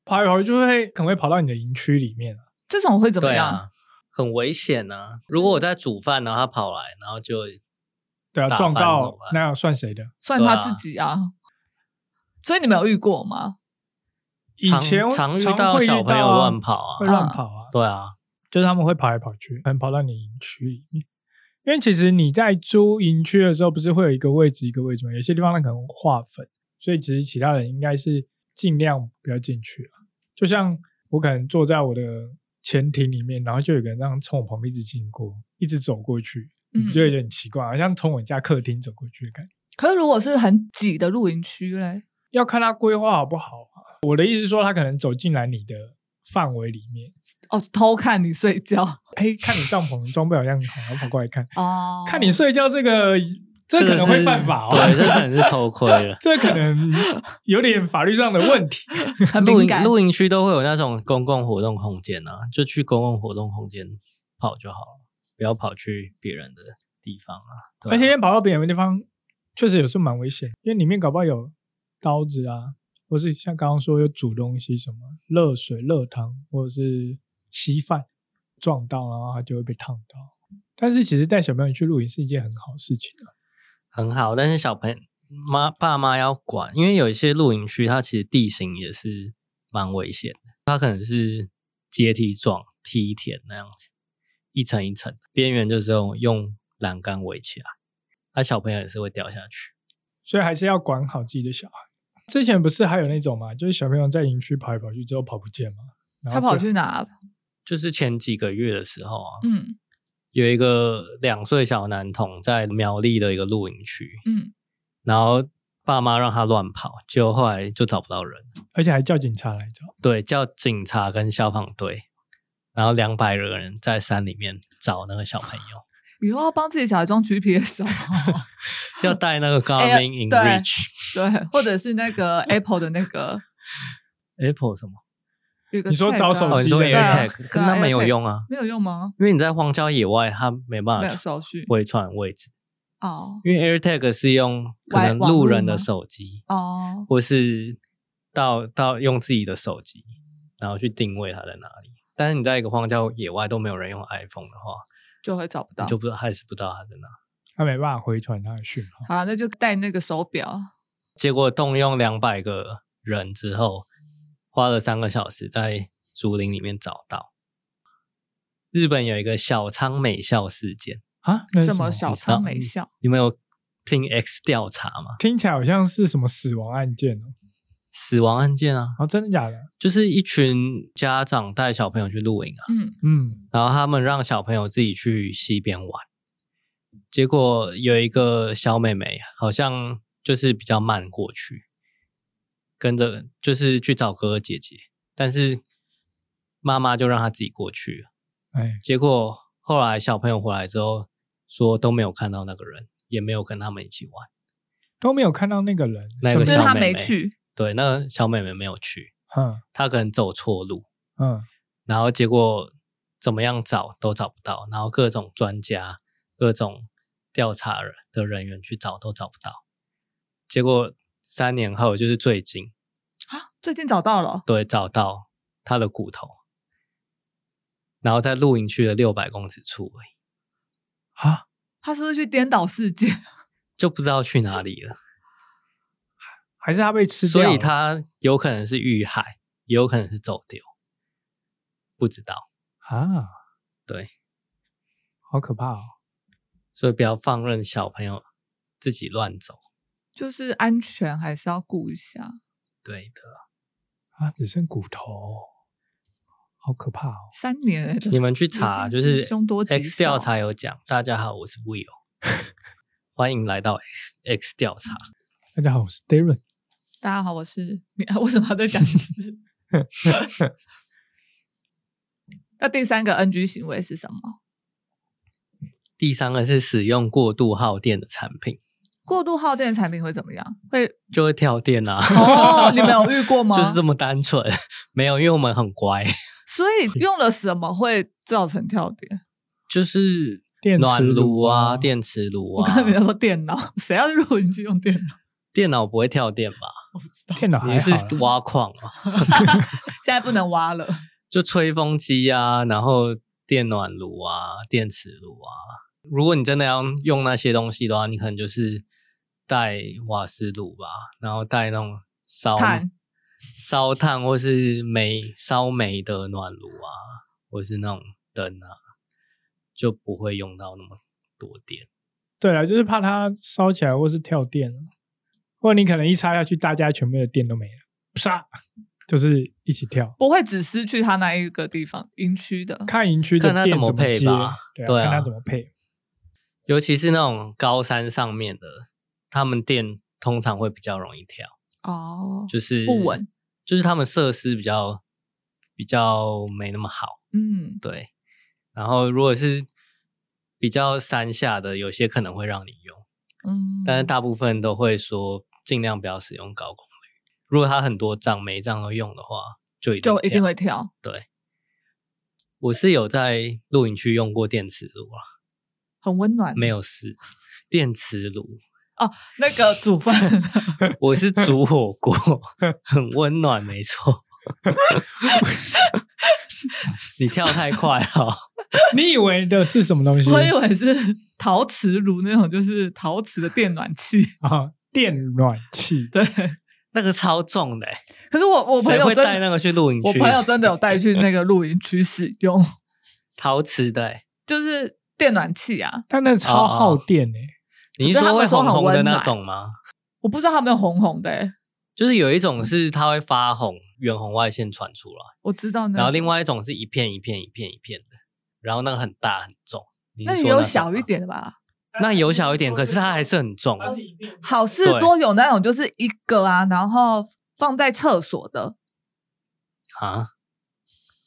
Speaker 2: 跑一跑就会可能会跑到你的营区里面啊
Speaker 1: 这种会怎么
Speaker 3: 对
Speaker 1: 样？
Speaker 3: 啊，很危险啊！如果我在煮饭，然后他跑来，然后就
Speaker 2: 对啊，
Speaker 3: 打
Speaker 2: 撞
Speaker 3: 翻
Speaker 2: 到
Speaker 3: 头啊
Speaker 2: 那样算谁的？
Speaker 1: 算他自己啊。所以你们有遇过吗？
Speaker 2: 以
Speaker 3: 常
Speaker 2: 前
Speaker 3: 常
Speaker 2: 常
Speaker 3: 遇到
Speaker 2: 会
Speaker 3: 小朋友
Speaker 2: 啊
Speaker 3: 乱跑啊
Speaker 2: 会乱跑啊，
Speaker 3: 对啊，
Speaker 2: 就是他们会跑来跑去，可能跑到你营区里面。因为其实你在租营区的时候，不是会有一个位置一个位置吗？有些地方它可能划分，所以其实其他人应该是尽量不要进去啊。就像我可能坐在我的前庭里面，然后就有个人这样从我旁边一直经过，一直走过去，你不
Speaker 1: 嗯
Speaker 2: 觉得有点奇怪，好像从我家客厅走过去的感觉。
Speaker 1: 可是如果是很挤的露营区嘞，
Speaker 2: 要看他规划好不好啊、我的意思是说，他可能走进来你的范围里面，
Speaker 1: 哦，偷看你睡觉
Speaker 2: 哎，看你帐篷装备好像好，然后跑过来看，
Speaker 1: 哦，
Speaker 2: 看你睡觉这个这可能
Speaker 3: 个
Speaker 2: 会
Speaker 3: 是
Speaker 2: 犯法
Speaker 3: 对，
Speaker 2: 哦，。
Speaker 3: 这可能是偷窥了
Speaker 2: <laughs> 这可能有点法律上的问题。
Speaker 1: 很
Speaker 3: 露
Speaker 1: 敏
Speaker 3: 营
Speaker 1: 感。
Speaker 3: 露营区都会有那种公共活动空间啊，就去公共活动空间跑就好了，不要跑去别人的地方啊。 <laughs> 对啊
Speaker 2: 而且跑到别人的地方，确实有时候蛮危险，因为里面搞不好有刀子啊，或是像刚刚说有煮东西什么热水、热汤或者是稀饭撞到，然后他就会被烫到。但是其实带小朋友去露营是一件很好的事情啊。
Speaker 3: 很好，但是小朋友妈爸妈要管，因为有一些露营区它其实地形也是蛮危险的，它可能是阶梯状、梯田那样子，一层一层，边缘就是用用栏杆围起来，那、小朋友也是会掉下去。
Speaker 2: 所以还是要管好自己的小孩。之前不是还有那种嘛，就是小朋友在营区跑来跑去之后跑不见嘛，然
Speaker 1: 他
Speaker 2: 后
Speaker 1: 跑
Speaker 2: 就
Speaker 1: 去哪？
Speaker 3: 就是前几个月的时候啊，
Speaker 1: 嗯
Speaker 3: 有一个两岁小男童在苗栗的一个露营区，
Speaker 1: 嗯，
Speaker 3: 然后爸妈让他乱跑，结果后来就找不到人。
Speaker 2: 而且还叫警察来找。
Speaker 3: 对，叫警察跟消防队，然后两百个人在山里面找那个小朋
Speaker 1: <laughs>
Speaker 3: 友，
Speaker 1: 以后要帮自己小孩装 GPS 哦， <laughs>
Speaker 3: 要带那个
Speaker 1: 哎
Speaker 3: Garmin
Speaker 1: 对
Speaker 3: Enrich
Speaker 1: 对，或者是那个 Apple 的那个
Speaker 3: Apple 什么？
Speaker 1: 有一个
Speaker 2: 你说
Speaker 1: tag 啊
Speaker 2: 找手
Speaker 3: 哦，你
Speaker 2: 机
Speaker 3: 说
Speaker 2: 的那个
Speaker 3: AirTag，
Speaker 1: 对啊
Speaker 3: 可是它没有
Speaker 1: AirTag
Speaker 3: 用啊，
Speaker 1: 没有用吗？
Speaker 3: 因为你在荒郊野外，它没
Speaker 1: 没
Speaker 3: 办
Speaker 1: 有
Speaker 3: 法
Speaker 1: 手续
Speaker 3: 回传位置，
Speaker 1: 哦
Speaker 3: 因为 AirTag 是用可
Speaker 1: 外
Speaker 3: 能
Speaker 1: 网
Speaker 3: 路
Speaker 1: 路
Speaker 3: 人
Speaker 1: 吗
Speaker 3: 的手机，
Speaker 1: 哦，
Speaker 3: 或是到到用自己的手机，然后去定位它在哪里。但是你在一个荒郊野外都没有人用 iPhone 的话，
Speaker 1: 就会找不到
Speaker 3: 你就。不知道还是不知道它在哪。
Speaker 2: 他没办法回传他的讯号，
Speaker 1: 好，那就戴那个手表。
Speaker 3: 结果动用两百个人之后，花了三个小时在竹林里面找到。日本有一个小仓美笑事件，
Speaker 2: 啊？那是
Speaker 1: 什
Speaker 2: 什
Speaker 1: 么小
Speaker 3: 你知道
Speaker 1: 仓没
Speaker 3: 嗯
Speaker 1: 笑？
Speaker 3: 你们有听 X 调查吗？
Speaker 2: 听起来好像是什么死亡案件哦。
Speaker 3: 死亡案件啊，
Speaker 2: 哦，真的假的？
Speaker 3: 就是一群家长带小朋友去露营啊，
Speaker 1: 嗯，
Speaker 2: 嗯，
Speaker 3: 然后他们让小朋友自己去溪边玩，结果有一个小妹妹好像就是比较慢过去，跟着就是去找哥哥姐姐，但是妈妈就让她自己过去了。
Speaker 2: 哎，
Speaker 3: 结果后来小朋友回来之后说都没有看到那个人，也没有跟他们一起玩。
Speaker 2: 都没有看到那个人，
Speaker 3: 那个
Speaker 1: 就
Speaker 2: 什
Speaker 1: 是
Speaker 2: 么
Speaker 3: 小
Speaker 1: 他
Speaker 3: 妹
Speaker 1: 没
Speaker 3: 妹
Speaker 1: 去，
Speaker 3: 对，那个小妹妹没有去，
Speaker 2: 嗯
Speaker 3: 她可能走错路，
Speaker 2: 嗯，
Speaker 3: 然后结果怎么样找都找不到，然后各种专家、各种调查人的人员去找都找不到，结果三年后就是最近，
Speaker 1: 啊，最近找到了，
Speaker 3: 对，找到他的骨头，然后在露营区的六百公尺处而已，
Speaker 2: 啊，
Speaker 1: 他是不是去颠倒世界？ <laughs>
Speaker 3: 就不知道去哪里了，
Speaker 2: 还是他被吃掉
Speaker 3: 所
Speaker 2: 了？
Speaker 3: 以他有可能是遇害，也有可能是走丢，不知道，
Speaker 2: 啊，
Speaker 3: 对，
Speaker 2: 好可怕哦！
Speaker 3: 所以不要放任小朋友自己乱走，
Speaker 1: 就是安全还是要顾一下。
Speaker 3: 对的。
Speaker 2: 啊，只剩骨头，好可怕哦！
Speaker 1: 三年欸，
Speaker 3: 你们去查，
Speaker 1: 一
Speaker 3: 就
Speaker 1: 定
Speaker 3: 是
Speaker 1: 凶多吉
Speaker 3: X 调
Speaker 1: 少。
Speaker 3: 查有讲。大家好，我是 Will，欢迎来到 X X 调查。
Speaker 2: 大家好，我是 Darren。
Speaker 1: 大家好，我是 <laughs> 你为什么要再讲一次？那第三个 NG 行为是什么？
Speaker 3: 第三个是使用过度耗电的产品，
Speaker 1: 过度耗电的产品会怎么样？会，
Speaker 3: <laughs> 就会跳电啊
Speaker 1: 哦，你们有遇过吗？
Speaker 3: 就是这么单纯。 <laughs> 没有，因为我们很乖，
Speaker 1: 所以用了什么会造成跳电？
Speaker 3: 就是
Speaker 2: 电
Speaker 3: 暖
Speaker 2: 磁
Speaker 3: 炉
Speaker 2: 炉
Speaker 3: 啊、
Speaker 2: 啊
Speaker 3: 电磁炉
Speaker 1: 我刚才没
Speaker 3: 啊，
Speaker 1: 有说电脑，谁要入营去用电脑？
Speaker 3: 电脑不会跳电吧？
Speaker 2: 电脑还
Speaker 3: 你是
Speaker 2: 好啦，
Speaker 3: 挖矿啊嘛？
Speaker 1: 现在不能挖了，
Speaker 3: 就吹风机啊，然后电暖炉啊、电磁炉啊。如果你真的要用那些东西的话，你可能就是带瓦斯炉吧，然后带那种烧
Speaker 1: 碳
Speaker 3: 烧炭或是煤烧煤的暖炉啊，或是那种灯啊，就不会用到那么多电。
Speaker 2: 对了，就是怕它烧起来或是跳电了，或者你可能一插下去，大家全部的电都没了，啪，就是一起跳。
Speaker 1: 不会只失去它那一个地方营区的。
Speaker 2: 看营区的
Speaker 3: 看它
Speaker 2: 电
Speaker 3: 怎么
Speaker 2: 么
Speaker 3: 配
Speaker 2: 接
Speaker 3: 吧对
Speaker 2: 对
Speaker 3: 啊
Speaker 2: 啊，看它怎么配。
Speaker 3: 尤其是那种高山上面的，他们电通常会比较容易跳。
Speaker 1: 哦，
Speaker 3: 就是
Speaker 1: 不稳，
Speaker 3: 就是他们设施比较比较没那么好，
Speaker 1: 嗯，
Speaker 3: 对。然后如果是比较山下的，有些可能会让你用，
Speaker 1: 嗯，
Speaker 3: 但是大部分都会说尽量不要使用高功率。如果它很多帐每一帐都用的话，就一定
Speaker 1: 就一定
Speaker 3: 跳
Speaker 1: 会跳。
Speaker 3: 对。我是有在露营区用过电磁炉啊，
Speaker 1: 很温暖，
Speaker 3: 没有事。电磁炉，
Speaker 1: 那个煮饭，
Speaker 3: 我是煮火
Speaker 1: <laughs>
Speaker 3: 锅，很温暖，没错。你跳太快了，
Speaker 2: 你以为的是什么东西
Speaker 1: 我以为是陶瓷炉那种，就是陶瓷的电暖器。 <laughs>
Speaker 2: 啊？电暖器，
Speaker 1: 对，
Speaker 3: 那个超重的欸、
Speaker 1: 可是我我朋
Speaker 3: 谁
Speaker 1: 友
Speaker 3: 会
Speaker 1: 真
Speaker 3: 带那
Speaker 1: 的，
Speaker 3: 个去露营区？
Speaker 1: 我朋友真的有带去那
Speaker 3: <laughs>
Speaker 1: 个露营区使用，
Speaker 3: 陶瓷的欸、
Speaker 1: 就是电暖器啊。
Speaker 2: 但那超耗
Speaker 3: 哦哦
Speaker 2: 电诶、
Speaker 3: 你是
Speaker 1: 可是他
Speaker 3: 说
Speaker 1: 们
Speaker 3: 会
Speaker 1: 说
Speaker 3: 红
Speaker 1: 很
Speaker 3: 红的
Speaker 1: 温
Speaker 3: 那
Speaker 1: 暖
Speaker 3: 种吗？
Speaker 1: 我不知道它有没有红红的、欸，
Speaker 3: 就是有一种是它会发红，远红外线传出来，
Speaker 1: 我知道那。
Speaker 3: 然后另，外一种是一片一片一片一片的，然后那个很大很重。你是
Speaker 1: 那也
Speaker 3: 说
Speaker 1: 有
Speaker 3: 种
Speaker 1: 小一
Speaker 3: 吗，
Speaker 1: 点的嗯吧？
Speaker 3: 那有小一点，可是它还是很重。
Speaker 1: 好事
Speaker 3: 对
Speaker 1: 多有那种就是一个啊，然后放在厕所的
Speaker 3: 啊？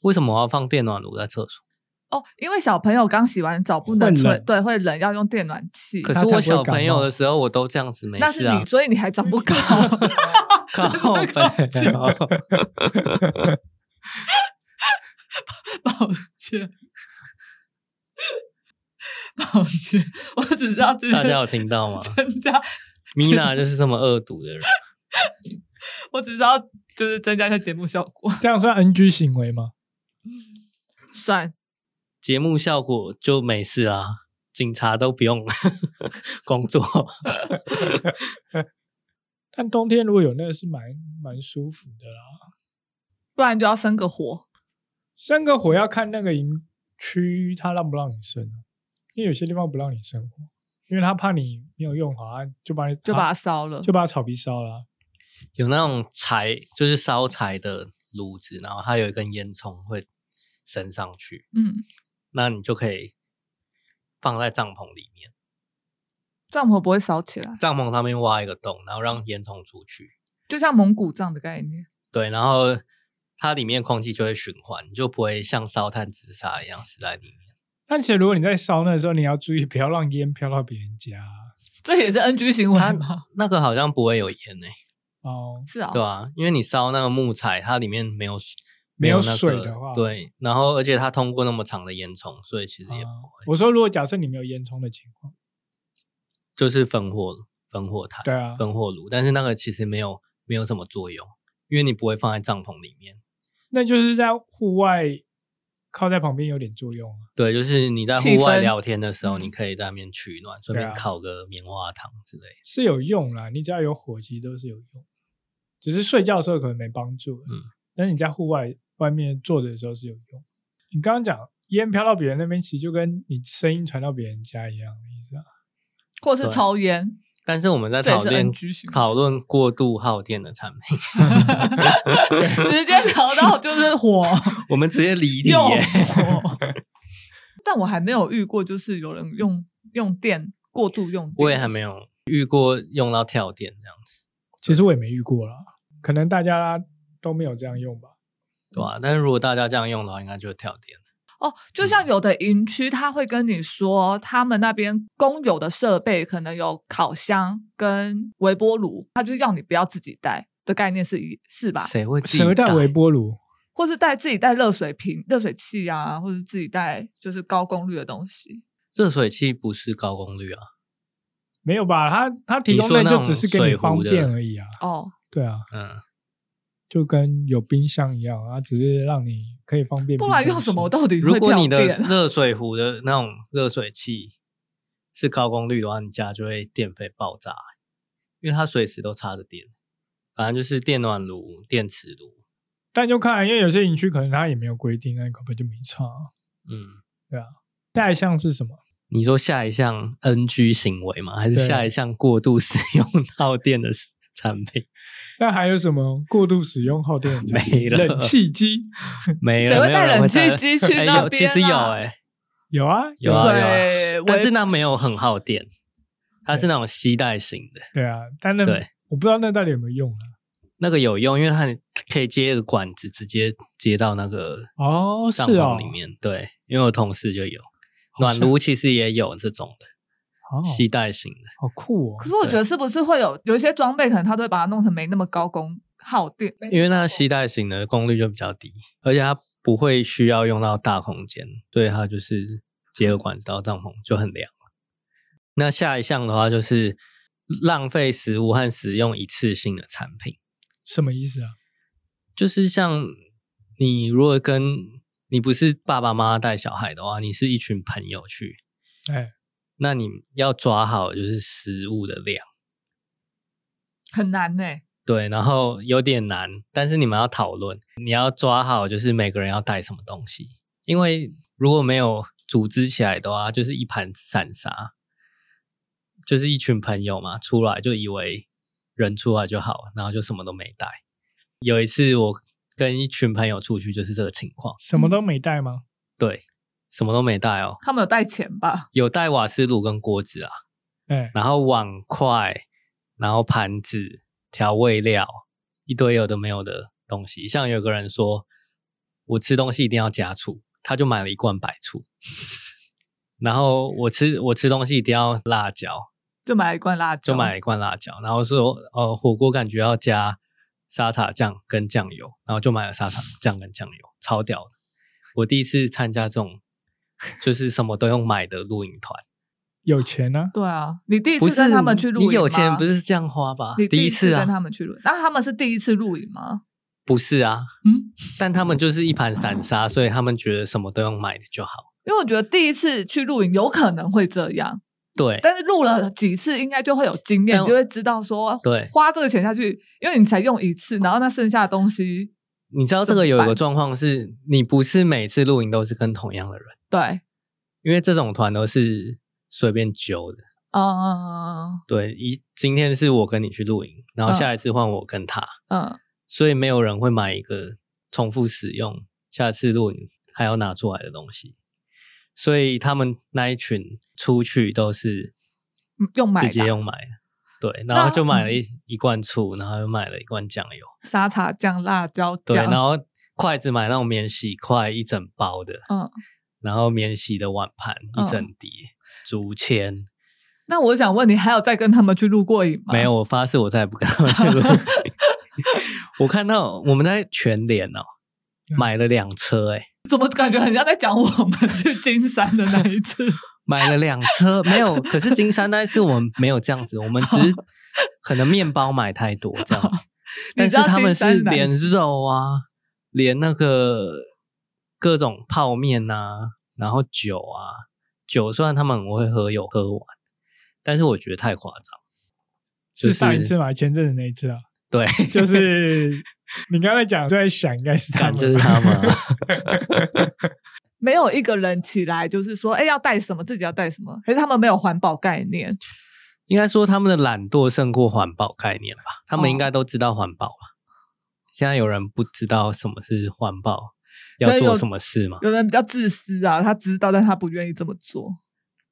Speaker 3: 为什么我要放电暖炉在厕所？
Speaker 1: 哦，因为小朋友刚洗完澡不能
Speaker 2: 会
Speaker 1: 吹，
Speaker 2: 冷
Speaker 1: 对，会冷，要用电暖器。
Speaker 3: 可
Speaker 2: 它才
Speaker 3: 是我
Speaker 2: 不会
Speaker 3: 小
Speaker 2: 感
Speaker 3: 朋友
Speaker 2: 冒
Speaker 3: 的时候，我都这样子，没
Speaker 1: 那
Speaker 3: 事
Speaker 1: 是
Speaker 2: <laughs>
Speaker 3: 啊
Speaker 1: 你，。所以你还长不
Speaker 3: <laughs>
Speaker 1: 高。
Speaker 3: 靠背哦
Speaker 1: 抱歉，抱歉，我只知道这
Speaker 3: 大
Speaker 1: 是
Speaker 3: 家有听到
Speaker 2: <laughs>
Speaker 3: 吗
Speaker 1: 增加，
Speaker 3: 米娜就是这么恶毒的人。
Speaker 1: 我只知道就是增加一下节目效果。
Speaker 2: 这样算 NG 行为吗？
Speaker 1: 算，
Speaker 3: 节目效果就没事啊，警察都不用 <laughs> 工作。 <laughs>
Speaker 2: 但冬天如果有那个是蛮蛮舒服的啦。
Speaker 1: 不然就要生个火。
Speaker 2: 生个火要看那个营区他让不让你生啊，因为有些地方不让你生火，因为他怕你没有用好，他就把你
Speaker 1: 就把它
Speaker 2: 啊
Speaker 1: 烧了
Speaker 2: 就把草皮烧了啊。
Speaker 3: 有那种柴，就是烧柴的炉子，然后它有一根烟囱会升上去，
Speaker 1: 嗯，
Speaker 3: 那你就可以放在帐篷里面，
Speaker 1: 帐篷不会烧起来，
Speaker 3: 帐篷上面挖一个洞，然后让烟囱出去。
Speaker 1: 就像蒙古帐的概念。
Speaker 3: 对，然后它里面空气就会循环，你就不会像烧炭自杀一样死在里面。
Speaker 2: 但其实如果你在烧那的时候，你要注意不要让烟飘到别人家啊
Speaker 1: 这也是 NG 行
Speaker 3: 啊
Speaker 1: 为吗？
Speaker 3: 那个好像不会有烟诶、
Speaker 2: 哦。
Speaker 1: 是啊，
Speaker 3: 对啊，因为你烧那个木材，它里面没有水
Speaker 2: 没有
Speaker 3: 那个
Speaker 2: 水的话
Speaker 3: 对，然后而且它通过那么长的烟囱，所以其实也不
Speaker 2: 啊
Speaker 3: 会，
Speaker 2: 我说如果假设你没有烟囱的情况，
Speaker 3: 就是焚火焚火台，
Speaker 2: 对啊
Speaker 3: 焚火炉，但是那个其实没有没有什么作用，因为你不会放在帐篷里面。
Speaker 2: 那就是在户外靠在旁边有点作用啊。
Speaker 3: 对，就是你在
Speaker 1: 气
Speaker 3: 户外
Speaker 1: 氛
Speaker 3: 聊天的时候，
Speaker 1: 嗯
Speaker 3: 你可以在那边取暖，顺
Speaker 2: 啊
Speaker 3: 便烤个棉花糖之类的。
Speaker 2: 是有用啦，你只要有火机都是有用，只是睡觉的时候可能没帮助。
Speaker 3: 嗯，
Speaker 2: 但是你在户外外面坐着的时候是有用。你刚刚讲烟飘到别人那边，其实就跟你声音传到别人家一样的意思啊。
Speaker 1: 或是
Speaker 3: 对
Speaker 1: 抽烟，
Speaker 3: 但是我们在
Speaker 1: 这也
Speaker 3: 讨
Speaker 1: 是
Speaker 3: 论
Speaker 1: NG 行为
Speaker 3: 讨论过度耗电的产
Speaker 1: <laughs>
Speaker 3: 品，
Speaker 1: 直接聊
Speaker 3: <laughs>
Speaker 1: 到就是火
Speaker 3: 我们直接离题
Speaker 1: 用
Speaker 3: 耶。 <laughs>
Speaker 1: 火。但我还没有遇过，就是有人用用电过度用电，
Speaker 3: 我也还没。有遇过用到跳电这样子，
Speaker 2: 其实我也没遇过啦，可能大家都没有这样用吧。
Speaker 3: 对
Speaker 1: 嗯
Speaker 3: 吧、但是如果大家这样用的话，应该就会跳电。
Speaker 1: 哦，就
Speaker 3: 嗯
Speaker 1: 像有的营区，他会跟你说，他们那边公有的设备可能有烤箱跟微波炉，他就要你不要自己带的概念是一是吧？
Speaker 3: 谁会自己
Speaker 2: 谁会带微波炉？
Speaker 1: 或是带自己带热水瓶、热水器啊，或者自己带就是高功率的东西。
Speaker 3: 热水器不是高功率啊？
Speaker 2: 没有吧？他他提
Speaker 3: 你
Speaker 2: 供
Speaker 3: 说
Speaker 2: 的
Speaker 3: 那
Speaker 2: 就
Speaker 3: 种
Speaker 2: 只是给
Speaker 3: 水
Speaker 2: 你
Speaker 3: 壶
Speaker 2: 方
Speaker 3: 的
Speaker 2: 便而已啊。
Speaker 1: 哦，
Speaker 2: 对啊，
Speaker 3: 嗯，
Speaker 2: 就跟有冰箱一样啊，只是让你可以方便冰
Speaker 1: 不
Speaker 2: 东西。
Speaker 1: 然用什么到底
Speaker 3: 嗯如
Speaker 1: 会
Speaker 3: 果
Speaker 1: 跳
Speaker 3: 你的
Speaker 1: 电？啊
Speaker 3: 热水壶的那种热水器是高功率的话，你家就会电费爆炸，因为它随时都插着电。反正就是电暖炉、电磁炉，
Speaker 2: 但就看，因为有些营区可能它也没有规定，那你可能就没差、啊。
Speaker 3: 嗯，
Speaker 2: 下一项是什么？
Speaker 3: 你说下一项 NG 行为吗？还是
Speaker 2: 对
Speaker 3: 下一项过度使用耗电的产品？
Speaker 2: 那还有什么过度使用耗电的产品
Speaker 3: 没了
Speaker 2: 冷气机
Speaker 3: 没了，
Speaker 1: 谁会
Speaker 3: 没有
Speaker 1: 带
Speaker 3: 人
Speaker 1: 冷气
Speaker 3: 带
Speaker 1: 机去
Speaker 3: 哎
Speaker 1: 那
Speaker 3: 有其
Speaker 1: 边
Speaker 3: 实有
Speaker 1: 啊
Speaker 3: 哎、
Speaker 2: 有啊，
Speaker 3: 有啊有啊
Speaker 1: 水，
Speaker 3: 但
Speaker 1: 微
Speaker 3: 是那没有很耗电，它是那种吸带型的，
Speaker 2: 对啊，但那
Speaker 3: 对
Speaker 2: 我不知道那到底有没有用啊。
Speaker 3: 那个有用，因为它可以接一个管子，直接接到那个
Speaker 2: 哦，是
Speaker 3: 帐
Speaker 2: 哦
Speaker 3: 篷里，面。对，因为我同事就有
Speaker 2: 好
Speaker 3: 暖
Speaker 2: 像
Speaker 3: 炉，其实也有这种的，
Speaker 2: 哦，
Speaker 3: 系带型的，
Speaker 2: 好酷哦！
Speaker 1: 可是我觉得是不是会有有一些装备，可能他都会把它弄成没那么高功耗电，
Speaker 3: 因为那系带型的功率就比较低，而且它不会需要用到大空间，所以它就是结合管子到帐篷就很凉了那下一项的话就是浪费食物和使用一次性的产品，
Speaker 2: 什么意思啊？
Speaker 3: 就是像你如果跟你不是爸爸妈妈带小孩的话，你是一群朋友去，
Speaker 2: 哎，
Speaker 3: 那你要抓好就是食物的量。
Speaker 1: 很难呢、
Speaker 3: 对，然后有点难，但是你们要讨论，你要抓好，就是每个人要带什么东西，因为如果没有组织起来的话，就是一盘散沙，就是一群朋友嘛，出来就以为人出来就好，然后就什么都没带。有一次我跟一群朋友出去，就是这个情况，
Speaker 2: 什么都没带吗？
Speaker 3: 对，什么都没带哦，
Speaker 1: 他们有带钱吧？
Speaker 3: 有带瓦斯炉跟锅子啊，
Speaker 2: 哎，
Speaker 3: 然后碗筷，然后盘子、调味料，一堆有的没有的东西。像有个人说，我吃东西一定要加醋，他就买了一罐白醋。 <laughs> 然后我吃我吃东西一定要辣椒，
Speaker 1: 就买了一罐辣椒，
Speaker 3: 就买了一罐辣椒。然后说呃火锅感觉要加沙茶酱跟酱油，然后就买了沙茶酱跟酱油，超屌的。我第一次参加这种就是什么都用买的露营团。
Speaker 2: 有钱啊！
Speaker 1: 对啊，你第一
Speaker 3: 不
Speaker 1: 次
Speaker 3: 是
Speaker 1: 跟他们去露营吗，
Speaker 3: 你有钱不是这样花吧
Speaker 1: 你？
Speaker 3: 第
Speaker 1: 一
Speaker 3: 一次
Speaker 1: 跟
Speaker 3: 啊，
Speaker 1: 他们去露营，那他们是第一次露营吗？
Speaker 3: 不是啊，
Speaker 1: 嗯，
Speaker 3: 但他们就是一盘散沙，所以他们觉得什么都用买的就好。
Speaker 1: 因为我觉得第一次去露营有可能会这样，
Speaker 3: 对
Speaker 1: 但是录了几次应该就会有经验，
Speaker 3: 但
Speaker 1: 你就会知道说，
Speaker 3: 对
Speaker 1: 花这个钱下去，因为你才用一次，然后那剩下的东西，
Speaker 3: 你知道这个有
Speaker 1: 怎么
Speaker 3: 一个
Speaker 1: 办
Speaker 3: 状况是，你不是每次露营都是跟同样的人，
Speaker 1: 对，
Speaker 3: 因为这种团都是随便揪的。
Speaker 1: 嗯
Speaker 3: 对，一今天是我跟你去露营，然后
Speaker 1: 嗯
Speaker 3: 下一次换我跟他，
Speaker 1: 嗯，
Speaker 3: 所以没有人会买一个重复使用，下次露营还要拿出来的东西。所以他们那一群出去都是
Speaker 1: 用买的
Speaker 3: 直
Speaker 1: 啊
Speaker 3: 接用买的。对，然
Speaker 1: 那嗯
Speaker 3: 后就买了一一罐醋，然后又买了一罐酱油，
Speaker 1: 沙茶酱、辣椒
Speaker 3: 对，
Speaker 1: 酱，
Speaker 3: 然后筷子买那种免洗筷一整包的，
Speaker 1: 嗯，
Speaker 3: 然后免洗的碗盘
Speaker 1: 嗯
Speaker 3: 一整叠，竹签
Speaker 1: 那我想问你，还有再跟他们去露过营吗？
Speaker 3: 没有，，我发誓我再也不跟他们去
Speaker 1: <laughs>
Speaker 3: 录。我看到我们在全联哦
Speaker 2: 嗯
Speaker 3: 买了两车、欸，
Speaker 1: 怎么感觉很像在讲我们 <laughs> 去金山的那一次？，
Speaker 3: 买了两车，没有。可是金山那一次我们没有这样子，我们只是可能面包买太多这样子
Speaker 1: <laughs>
Speaker 3: 但
Speaker 1: 你知
Speaker 3: 是
Speaker 1: 道
Speaker 3: 他
Speaker 1: 金
Speaker 3: 们是
Speaker 1: 山哪
Speaker 3: 连肉啊，连那个各种泡面啊，然后酒啊，酒虽然他们很会喝，有喝完，但是我觉得太夸张。就是是
Speaker 2: 上一次嘛，前阵子那一次啊，
Speaker 1: <laughs>
Speaker 3: 对，
Speaker 2: 就是 <laughs> 你刚才讲，就在想，应该是他
Speaker 3: 感
Speaker 2: 们
Speaker 3: 觉是他们啊、 <laughs>
Speaker 1: 没有一个人起来就是说，哎，要带什么，自己要带什么，可是他们没有环保概念。
Speaker 3: 应该说他们的懒惰胜过环保概念吧，他
Speaker 1: 哦
Speaker 3: 们应该都知道环保吧。现在有人不知道什么是环保，
Speaker 1: 所
Speaker 3: 要
Speaker 1: 以有
Speaker 3: 做什么事吗？
Speaker 1: 有人比较自私啊，他知道，但他不愿意这么做，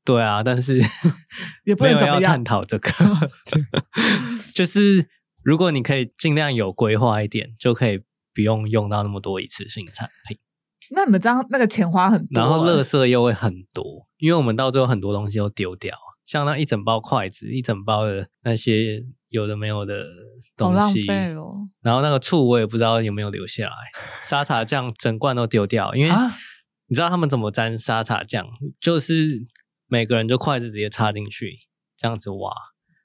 Speaker 3: 对啊，但是
Speaker 1: <laughs> 也不
Speaker 3: 没
Speaker 1: 能
Speaker 3: 有
Speaker 1: 怎
Speaker 3: 要
Speaker 1: 么样
Speaker 3: 探。
Speaker 1: <laughs>
Speaker 3: 讨这个， <laughs> 就是如果你可以尽量有规划一点，就可以不用用到那么多一次性产品，
Speaker 1: 那你们这样那个钱花很多、哎
Speaker 3: 然后
Speaker 1: 乐
Speaker 3: 垃圾又会很多，因为我们到最后很多东西都丢掉，像那一整包筷子、一整包的那些有的没有的
Speaker 1: 好
Speaker 3: 东
Speaker 1: 浪
Speaker 3: 西，
Speaker 1: 费哦。
Speaker 3: 然后那个醋我也不知道有没有留下来，沙茶酱整罐都丢掉，因为
Speaker 2: 啊
Speaker 3: 你知道他们怎么沾沙茶酱，就是每个人就筷子直接插进去，这样子挖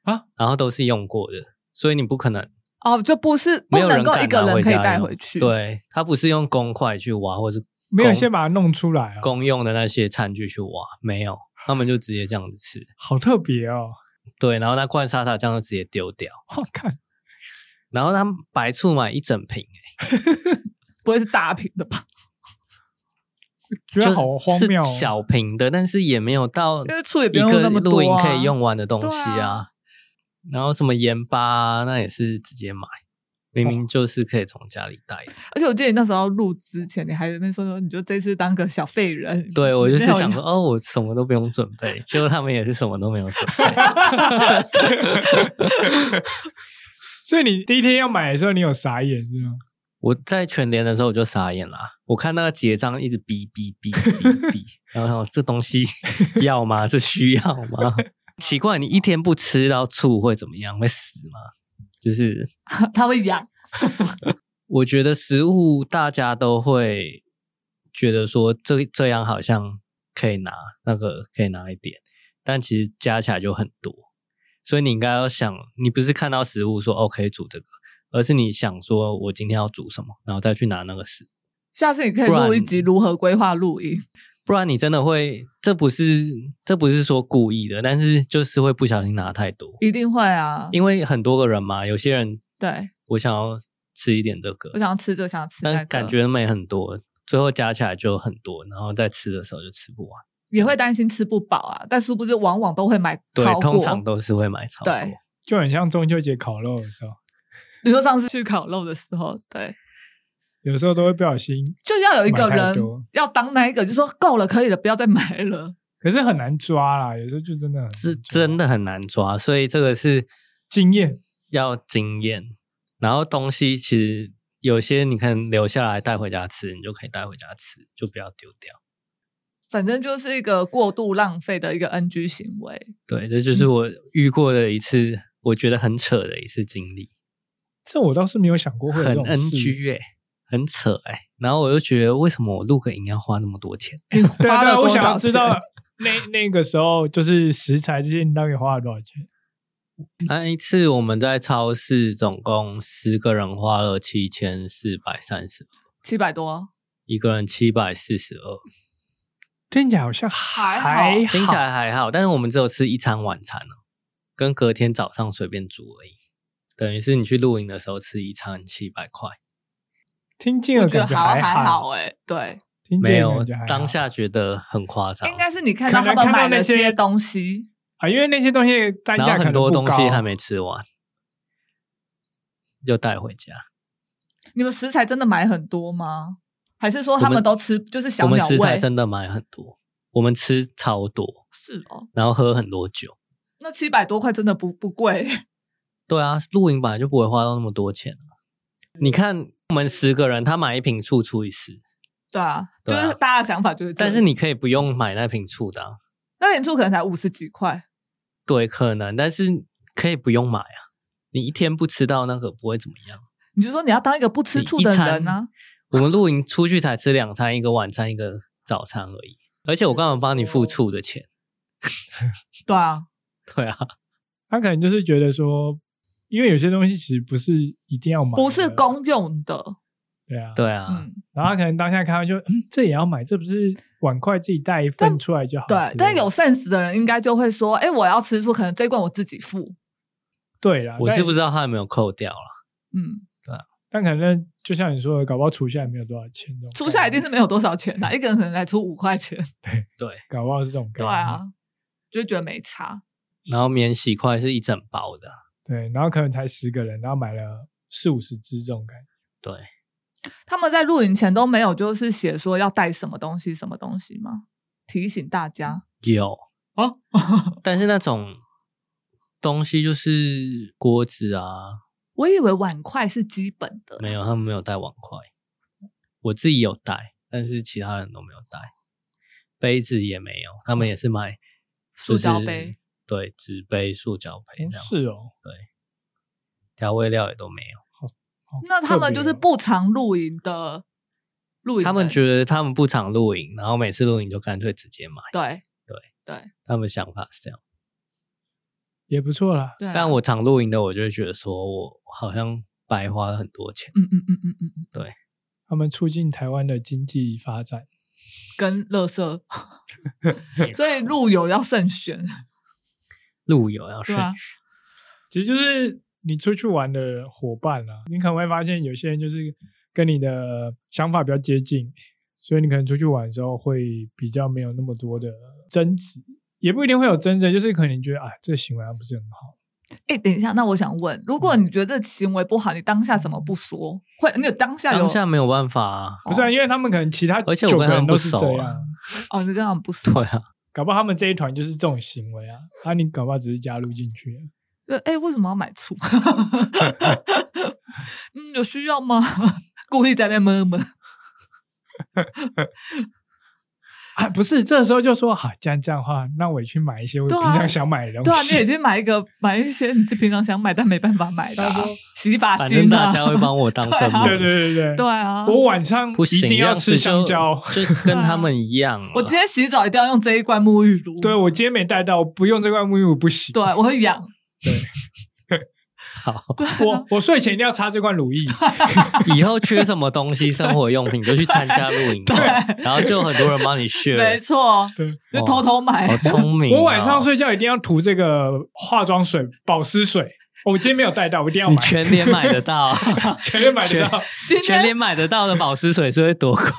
Speaker 2: 啊，
Speaker 3: 然后都是用过的，所以你不可能
Speaker 1: 哦，就不是不
Speaker 3: 没有
Speaker 1: 能
Speaker 3: 人
Speaker 1: 够
Speaker 3: 敢
Speaker 1: 一个
Speaker 3: 拿
Speaker 1: 人可以
Speaker 3: 家
Speaker 1: 带
Speaker 3: 用
Speaker 1: 回去。，
Speaker 3: 对，他不是用公筷去挖，或是
Speaker 2: 没有
Speaker 3: 公
Speaker 2: 先把它弄出来啊，
Speaker 3: 公用的那些餐具去挖，没有，他们就直接这样子吃。
Speaker 2: 好特别哦！ <laughs>
Speaker 3: 对，然后那罐沙茶酱就直接丢掉，
Speaker 2: 我看
Speaker 3: 然后他们白醋买一整瓶、欸
Speaker 1: 不会是大瓶的
Speaker 3: <laughs>
Speaker 1: 吧？
Speaker 2: 觉得好荒谬哦。
Speaker 3: 就是是小瓶的，但是也没有到
Speaker 1: 因为醋也不
Speaker 3: 一
Speaker 1: 用
Speaker 3: 个
Speaker 1: 那么多、啊、
Speaker 3: 露营可以用完的东西
Speaker 1: 对啊
Speaker 3: 啊。然后什么盐巴、啊，那也是直接买，明明就是可以从家里带的。
Speaker 1: 而且我记得你那时候录之前，你还在那边说说，你就这次当个小废人。
Speaker 3: 对
Speaker 1: <laughs>
Speaker 3: 我就是
Speaker 1: 没有
Speaker 3: 想说，哦，我什么都不用准
Speaker 1: <laughs>
Speaker 3: 备，结果他们也是什么都没有准备。
Speaker 2: 所以你第一天要买的时候，你有傻眼是吗？
Speaker 3: 我在全联的时候我就傻眼啦，我看那个结账一直
Speaker 1: <laughs> <laughs>
Speaker 3: 哔哔哔哔哔，然后我想这东西要吗？这需要吗？奇怪，你一天不吃到醋会怎么样？会死吗？就是
Speaker 1: 它会痒。
Speaker 3: 我觉得食物大家都会觉得说这这样好像可以拿，那个可以拿一点，但其实加起来就很多。所以你应该要想，你不是看到食物说哦可以煮这个，而是你想说我今天要煮什么，然后再去拿那个食物。
Speaker 1: 下次你可以
Speaker 3: 不然
Speaker 1: 录一集如何规划露营，
Speaker 3: 不然你真的会，这不是这不是说故意的，但是就是会不小心拿太多，
Speaker 1: 一定会啊。
Speaker 3: 因为很多个人嘛，有些人
Speaker 1: 对，
Speaker 3: 我想要吃一点这个，
Speaker 1: 我想要吃这个，想要吃那
Speaker 3: 但
Speaker 1: 个，
Speaker 3: 感觉没很多，最后加起来就很多，然后再吃的时候就吃不完。
Speaker 1: 也会担心吃不饱啊。但殊不知，往往都会买
Speaker 3: 对
Speaker 1: 超，过。
Speaker 3: 通常都是会买超过。
Speaker 1: 对
Speaker 2: 就很像中秋节烤肉的时候，
Speaker 1: 比如说上次去烤肉的时候，对，
Speaker 2: 有时候都会不小心，
Speaker 1: 就要有一个
Speaker 2: 买太
Speaker 1: 人
Speaker 2: 多
Speaker 1: 要当那一个，就说够了，可以了，不要再买了。
Speaker 2: 可是很难抓啦，有时候就真的很难
Speaker 3: 是
Speaker 2: 抓
Speaker 3: 真的很难抓，所以这个是
Speaker 2: 经验。
Speaker 3: 要经验。然后东西其实有些你看留下来带回家吃，你就可以带回家吃，就不要丢掉。
Speaker 1: 反正就是一个过度浪费的一个 NG 行为。
Speaker 3: 对，这就是我遇过的一次，我觉得很扯的一次经历，
Speaker 2: 这我倒是没有想过会有这
Speaker 3: 很
Speaker 2: 种事
Speaker 3: NG 哎、很扯哎、然后我就觉得为什么我录个影要花那么多钱？
Speaker 1: 你
Speaker 2: 对啊
Speaker 1: 花
Speaker 2: 对，
Speaker 1: 了
Speaker 2: 我
Speaker 1: 多
Speaker 2: 想
Speaker 1: 少
Speaker 2: 要知
Speaker 1: 钱？
Speaker 2: 道那那个时候就是食材这些，你大概花了多少钱？
Speaker 3: 那一次我们在超市总共十个人花了七千四百三十，
Speaker 1: 七百多，
Speaker 3: 一个人七百四十二，
Speaker 2: 听起来好像
Speaker 1: 还好
Speaker 2: 还好，
Speaker 3: 听起来还好，但是我们只有吃一餐晚餐哦，跟隔天早上随便煮而已。等于是你去露营的时候吃一餐七百块，
Speaker 2: 听进了
Speaker 1: 我觉得
Speaker 2: 感
Speaker 1: 好像还
Speaker 2: 好
Speaker 1: 好，哎、对，
Speaker 2: 听进
Speaker 3: 没
Speaker 2: 了
Speaker 3: 有
Speaker 2: 感觉还好
Speaker 3: 当下觉得很夸张
Speaker 1: 应，该是你看到
Speaker 2: 可能
Speaker 1: 他们
Speaker 2: 看到
Speaker 1: 买了
Speaker 2: 那些
Speaker 1: 些东西，
Speaker 2: 啊，因为那些东西单
Speaker 3: 然
Speaker 2: 价可
Speaker 3: 后很
Speaker 2: 能
Speaker 3: 多
Speaker 2: 不
Speaker 3: 东西
Speaker 2: 高
Speaker 3: 还没吃完， <laughs> 就带回家。
Speaker 1: 你们食材真的买很多吗？还是说他
Speaker 3: 我们
Speaker 1: 们都吃就是小
Speaker 3: 我们
Speaker 1: 鸟
Speaker 3: 食材
Speaker 1: 胃？
Speaker 3: 真的买很多，我们吃超多，
Speaker 1: 是哦，
Speaker 3: 然后喝很多酒。
Speaker 1: 那七百多块真的不不贵，
Speaker 3: 对啊，露营本来就不会花到那么多钱啊、你看我们十个人，他买一瓶醋除以十，
Speaker 1: 对啊，
Speaker 3: 对啊
Speaker 1: 就是大家的想法就是这样，
Speaker 3: 但是你可以不用买那瓶醋的啊、
Speaker 1: 那点醋可能才五十几块，
Speaker 3: 对，可能，但是可以不用买啊。你一天不吃到那个不会怎么样。
Speaker 1: 你就说你要当一个不吃醋的人啊呢、
Speaker 3: 我们露营出去才吃两餐，一个晚餐，一个早餐而已。而且我干嘛帮你付醋的钱？
Speaker 1: 对啊，
Speaker 3: 对啊，
Speaker 2: 他可能就是觉得说，因为有些东西其实不是一定要买的，
Speaker 1: 不是公用的，
Speaker 2: 对啊，
Speaker 3: 对啊，
Speaker 1: 嗯，
Speaker 2: 然后他可能当下看到就，嗯，这也要买，这不是碗筷自己带一份
Speaker 1: 但
Speaker 2: 出来就好之类的。
Speaker 1: 对。但有 sense 的人应该就会说，哎，我要吃醋，可能这一罐我自己付，
Speaker 2: 对啦，
Speaker 3: 我是
Speaker 2: 但
Speaker 3: 不知道他有没有扣掉了。
Speaker 1: 嗯，
Speaker 2: 但可能就像你说的，搞不好除下来没有多少钱，这种
Speaker 1: 出下来一
Speaker 2: 概
Speaker 1: 定
Speaker 2: 念
Speaker 1: 是没有多少钱的、一个人可能才出五块钱，
Speaker 3: 对，
Speaker 2: 搞不好是这种概
Speaker 1: 对
Speaker 2: 念。
Speaker 1: 啊，就觉得没差。
Speaker 3: 然后免洗筷是一整包的。啊
Speaker 2: 对，然后可能才十个人，然后买了四五十只这种感觉。
Speaker 3: 对，
Speaker 1: 他们在录影前都没有就是写说要带什么东西什么东西吗？提醒大家
Speaker 3: 有，
Speaker 1: 哦， <laughs>
Speaker 3: 但是那种东西就是锅子啊，
Speaker 1: 我以为碗筷是基本的，
Speaker 3: 没有，他们没有带碗筷。我自己有带，但是其他人都没有带。杯子也没有，他们也是买
Speaker 1: 塑胶杯，
Speaker 3: 就是对，纸杯、塑胶杯这样。
Speaker 2: 是哦，
Speaker 3: 调味料也都没有。
Speaker 2: 好
Speaker 1: 那他们
Speaker 2: 特别
Speaker 1: 就是
Speaker 2: 哦
Speaker 1: 不常露营的露营人，
Speaker 3: 他们觉得他们不常露营，然后每次露营就干脆直接买。
Speaker 1: 对
Speaker 3: 对
Speaker 1: 对
Speaker 3: 他们想法是这样。
Speaker 2: 也不错啦。
Speaker 1: 对啊，
Speaker 3: 但我常露营的，我就会觉得说我好像白花了很多钱。
Speaker 1: 嗯嗯嗯嗯嗯，嗯
Speaker 2: 他们促进台湾的经济发展，
Speaker 1: 跟乐色，所以露友要慎选，
Speaker 3: 露友要
Speaker 1: 对
Speaker 3: 慎
Speaker 1: 啊
Speaker 3: 选，
Speaker 2: 其实就是你出去玩的伙伴啦、你可能会发现有些人就是跟你的想法比较接近，所以你可能出去玩的时候会比较没有那么多的争执，也不一定会有争执，就是可能你觉得啊，这个行为好像不是很好，
Speaker 1: 哎、等一下，那我想问，如果
Speaker 3: 嗯
Speaker 1: 你觉得这行为不好，你当下怎么不说？会，你有当下有
Speaker 3: 当下没有办法、啊。
Speaker 2: 不是、啊？因为他们可能其他
Speaker 3: 而且我
Speaker 2: 九
Speaker 3: 跟
Speaker 2: 个
Speaker 3: 他们
Speaker 2: 人
Speaker 3: 不
Speaker 2: 都是
Speaker 3: 熟
Speaker 2: 这
Speaker 3: 啊
Speaker 2: 样，
Speaker 1: 哦，你这样不说，
Speaker 3: 对啊，
Speaker 2: 搞不好他们这一团就是这种行为啊，啊，你搞不好只是加入进去、
Speaker 1: 对，哎、为什么要买醋？ <laughs> 嗯，有需要吗？故意在那边闷闷。
Speaker 2: 啊，不是，这时候就说好、这样这样的话，那我也去买一些我
Speaker 1: 对
Speaker 2: 平
Speaker 1: 啊
Speaker 2: 常想买的东西。
Speaker 1: 对啊，你也去买一个买一些你平常想买但没办法买的啊、
Speaker 2: 他说
Speaker 1: 洗发
Speaker 3: 反正
Speaker 1: 精啊
Speaker 3: 大，家会帮
Speaker 1: <laughs>
Speaker 3: 我当分母，
Speaker 2: <laughs> 对对对
Speaker 1: 对啊，
Speaker 2: 我晚上
Speaker 3: 不行，
Speaker 2: 一定要吃香蕉。
Speaker 3: 就就跟他们一样啊。
Speaker 1: <laughs> 我今天洗澡一定要用这一罐沐浴乳，
Speaker 2: 对，我今天没带到，我不用这块沐浴乳不行。
Speaker 1: 对我会痒，
Speaker 3: <laughs> 好，
Speaker 2: 我我睡前一定要擦这罐乳
Speaker 3: <laughs>
Speaker 2: 液。
Speaker 3: 以后缺什么东西，生活用品就去参加露
Speaker 1: <laughs>
Speaker 3: 营，
Speaker 1: 对
Speaker 3: 然后就很多人帮你
Speaker 1: 没
Speaker 3: share，
Speaker 1: 错，
Speaker 2: 对，
Speaker 1: 就偷偷买
Speaker 3: 好，聪明哦。
Speaker 2: 我晚上睡觉一定要涂这个化妆水、保湿水。我今天没有带到，我一定要
Speaker 3: 你
Speaker 2: 买，
Speaker 3: 全年买
Speaker 1: <laughs>
Speaker 3: 得到，啊
Speaker 2: 绝对买得到。
Speaker 1: 今
Speaker 3: 全
Speaker 1: 天
Speaker 3: 年买得到的保湿水是会多贵？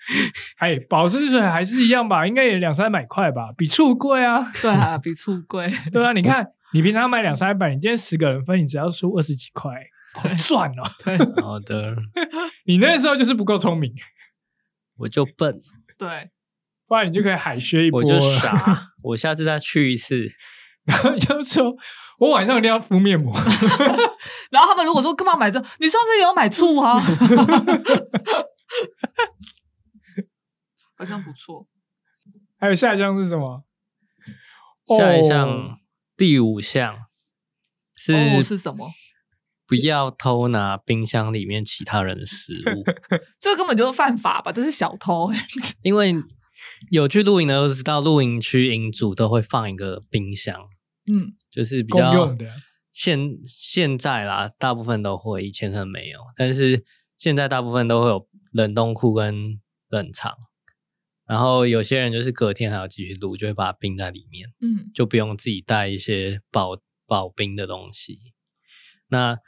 Speaker 3: <laughs>
Speaker 2: 哎，保湿水还是一样吧，应该也两三百块吧，比醋贵啊。
Speaker 1: 对啊，比醋贵，
Speaker 2: 对啊，你看，你平常买两三百，你今天十个人分，你只要出二十几块，好赚哦。
Speaker 3: 好的，
Speaker 2: 你那时候就是不够聪明，
Speaker 3: 我就笨，
Speaker 1: <laughs> 对，
Speaker 2: 不然你就可以海削一波
Speaker 3: 我
Speaker 2: 了。
Speaker 3: 就傻，我下次再去一次。
Speaker 2: 然后就说，我晚上一定要敷面膜。
Speaker 1: 然后他们如果说干嘛买这，你上次也有买醋啊， <laughs> 好像不错，
Speaker 2: 还有下一项是什么？
Speaker 3: 下一
Speaker 2: 哦
Speaker 3: 项，第五项是
Speaker 1: 哦是什么？
Speaker 3: 不要偷拿冰箱里面其他人的食物，
Speaker 1: 这根本就是犯法吧？这是小偷、欸， <laughs>
Speaker 3: 因为有去露营的都知道，露营区营主都会放一个冰箱，
Speaker 1: 嗯，
Speaker 3: 就是比
Speaker 2: 公
Speaker 3: 较
Speaker 2: 用的
Speaker 3: 现现在啦，大部分都会，以前可能没有，但是现在大部分都会有冷冻库跟冷藏。然后有些人就是隔天还要继续录，就会把它冰在里面。
Speaker 1: 嗯，
Speaker 3: 就不用自己带一些保保冰的东西。那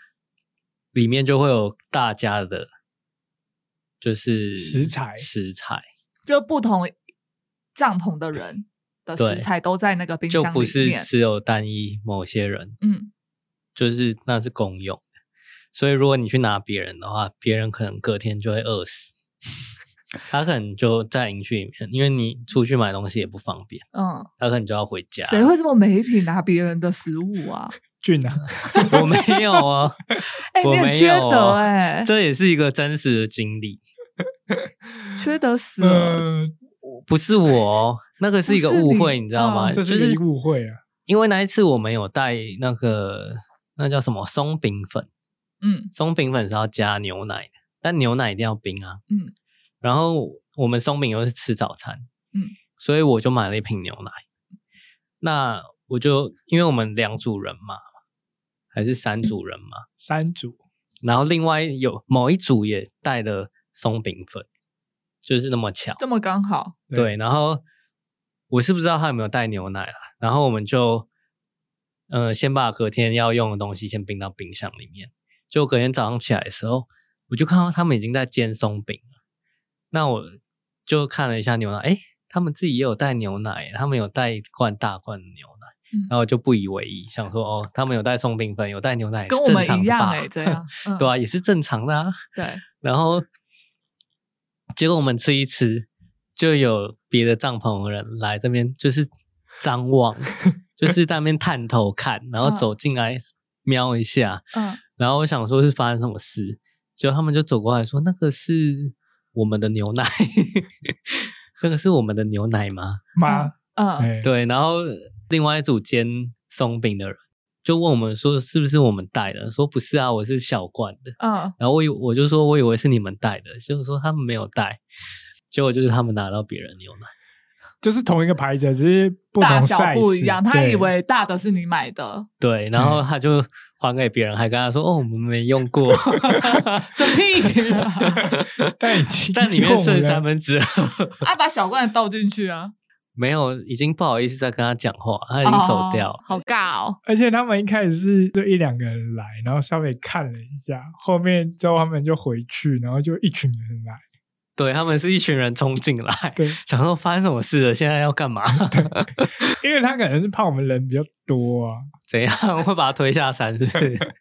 Speaker 3: 里面就会有大家的，就是
Speaker 2: 食材
Speaker 3: 食材
Speaker 1: 就不同帐篷的人的
Speaker 3: 对
Speaker 1: 食材都在那个冰
Speaker 3: 就
Speaker 1: 箱
Speaker 3: 不
Speaker 1: 里
Speaker 3: 是
Speaker 1: 面，
Speaker 3: 只有单一某些人，
Speaker 1: 嗯，
Speaker 3: 就是那是公用的。所以如果你去拿别人的话，别人可能隔天就会饿死。 <laughs> 他可能就在营区里面，因为你出去买东西也不方便，
Speaker 1: 嗯，
Speaker 3: 他可能就要回家。
Speaker 1: 谁会这么没品拿别人的食物啊？
Speaker 2: 菌
Speaker 1: <laughs>
Speaker 2: 啊，
Speaker 3: 我没有哦，
Speaker 1: 哎、
Speaker 3: 我
Speaker 1: 你很
Speaker 3: 没
Speaker 1: 缺
Speaker 3: 有
Speaker 1: 德
Speaker 3: 哦
Speaker 1: 哎、
Speaker 3: 这也是一个真实的经历。
Speaker 1: 缺德
Speaker 3: 嗯
Speaker 1: 死了。
Speaker 2: 呃，
Speaker 3: 不是我哦，那个是一个
Speaker 1: 不是
Speaker 3: 误会，
Speaker 1: 你
Speaker 3: 你知道吗？
Speaker 1: 哦
Speaker 2: 这
Speaker 3: 就是
Speaker 2: 一个误会啊。
Speaker 3: 因为那一次我们有带那个那叫什么松饼粉，
Speaker 1: 嗯
Speaker 3: 松饼粉是要加牛奶的，但牛奶一定要冰啊。
Speaker 1: 嗯，
Speaker 3: 然后我们松饼又是吃早餐，
Speaker 1: 嗯，
Speaker 3: 所以我就买了一瓶牛奶。那我就因为我们两组人嘛，还是三
Speaker 1: 嗯
Speaker 3: 组人嘛，
Speaker 2: <laughs> 三组
Speaker 3: 然后另外有某一组也带了松饼粉，就是那么巧。
Speaker 1: 这么刚好，
Speaker 3: 对，然后我是不知道他有没有带牛奶啦。然后我们就，呃，先把隔天要用的东西先冰到冰箱里面。就隔天早上起来的时候，我就看到他们已经在煎松饼了。那我就看了一下牛奶，诶，他们自己也有带牛奶，他们有带一罐大罐的牛奶。
Speaker 1: 嗯
Speaker 3: 然后我就不以为意，想说哦，他们有带松饼粉，有带牛奶，
Speaker 1: 跟
Speaker 3: 是
Speaker 1: 我
Speaker 3: 正
Speaker 1: 们
Speaker 3: 常
Speaker 1: 一
Speaker 3: 的
Speaker 1: 样
Speaker 3: 吧
Speaker 1: 哎、这样嗯
Speaker 3: <laughs> 对啊，也是正常的啊。
Speaker 1: 对，
Speaker 3: 然后结果我们吃一吃，就有别的帐篷的人来这边，就是张
Speaker 1: <laughs>
Speaker 3: 望，就是在那边探头看，然后
Speaker 1: 嗯
Speaker 3: 走进来瞄一下，
Speaker 1: 嗯，
Speaker 3: 然后我想说是发生什么事，结果他们就走过来说：“那个是我们的牛奶， <laughs> 那个是我们的牛奶吗
Speaker 2: 妈，
Speaker 1: 嗯
Speaker 2: 哎，？”
Speaker 3: 对，然后另外一组煎松饼的人就问我们说：“是不是我们带的？”说：“不是啊，我是小罐的。”
Speaker 1: 嗯，
Speaker 3: 然后我以我就说我以为是你们带的，就是说他们没有带，结果就是他们拿到别人牛奶，
Speaker 2: 就是同一个牌子，只是不同
Speaker 1: 大小
Speaker 2: size，
Speaker 1: 不一样，他
Speaker 2: 对
Speaker 1: 以为大的是你买的，
Speaker 3: 对，然后他就还给别人，还跟他说哦我们没用过，
Speaker 1: 准屁
Speaker 2: <laughs>
Speaker 3: <laughs>
Speaker 2: 但已经
Speaker 3: 但里面剩三分之二， <laughs>
Speaker 1: 啊！把小罐倒进去啊，
Speaker 3: 没有，已经不好意思再跟他讲话， <laughs> 他已经走掉了
Speaker 1: 哦，好尬哦。
Speaker 2: 而且他们一开始是就一两个人来，然后稍微看了一下，后面之后他们就回去，然后就一群人来，
Speaker 3: 对他们是一群人冲进来，
Speaker 2: 对，
Speaker 3: 想说发生什么事了，现在要干嘛？
Speaker 2: 因为他可能是怕我们人比较多啊，
Speaker 3: <laughs> 怎样 <laughs> 会把他推下山？是不是？ <laughs>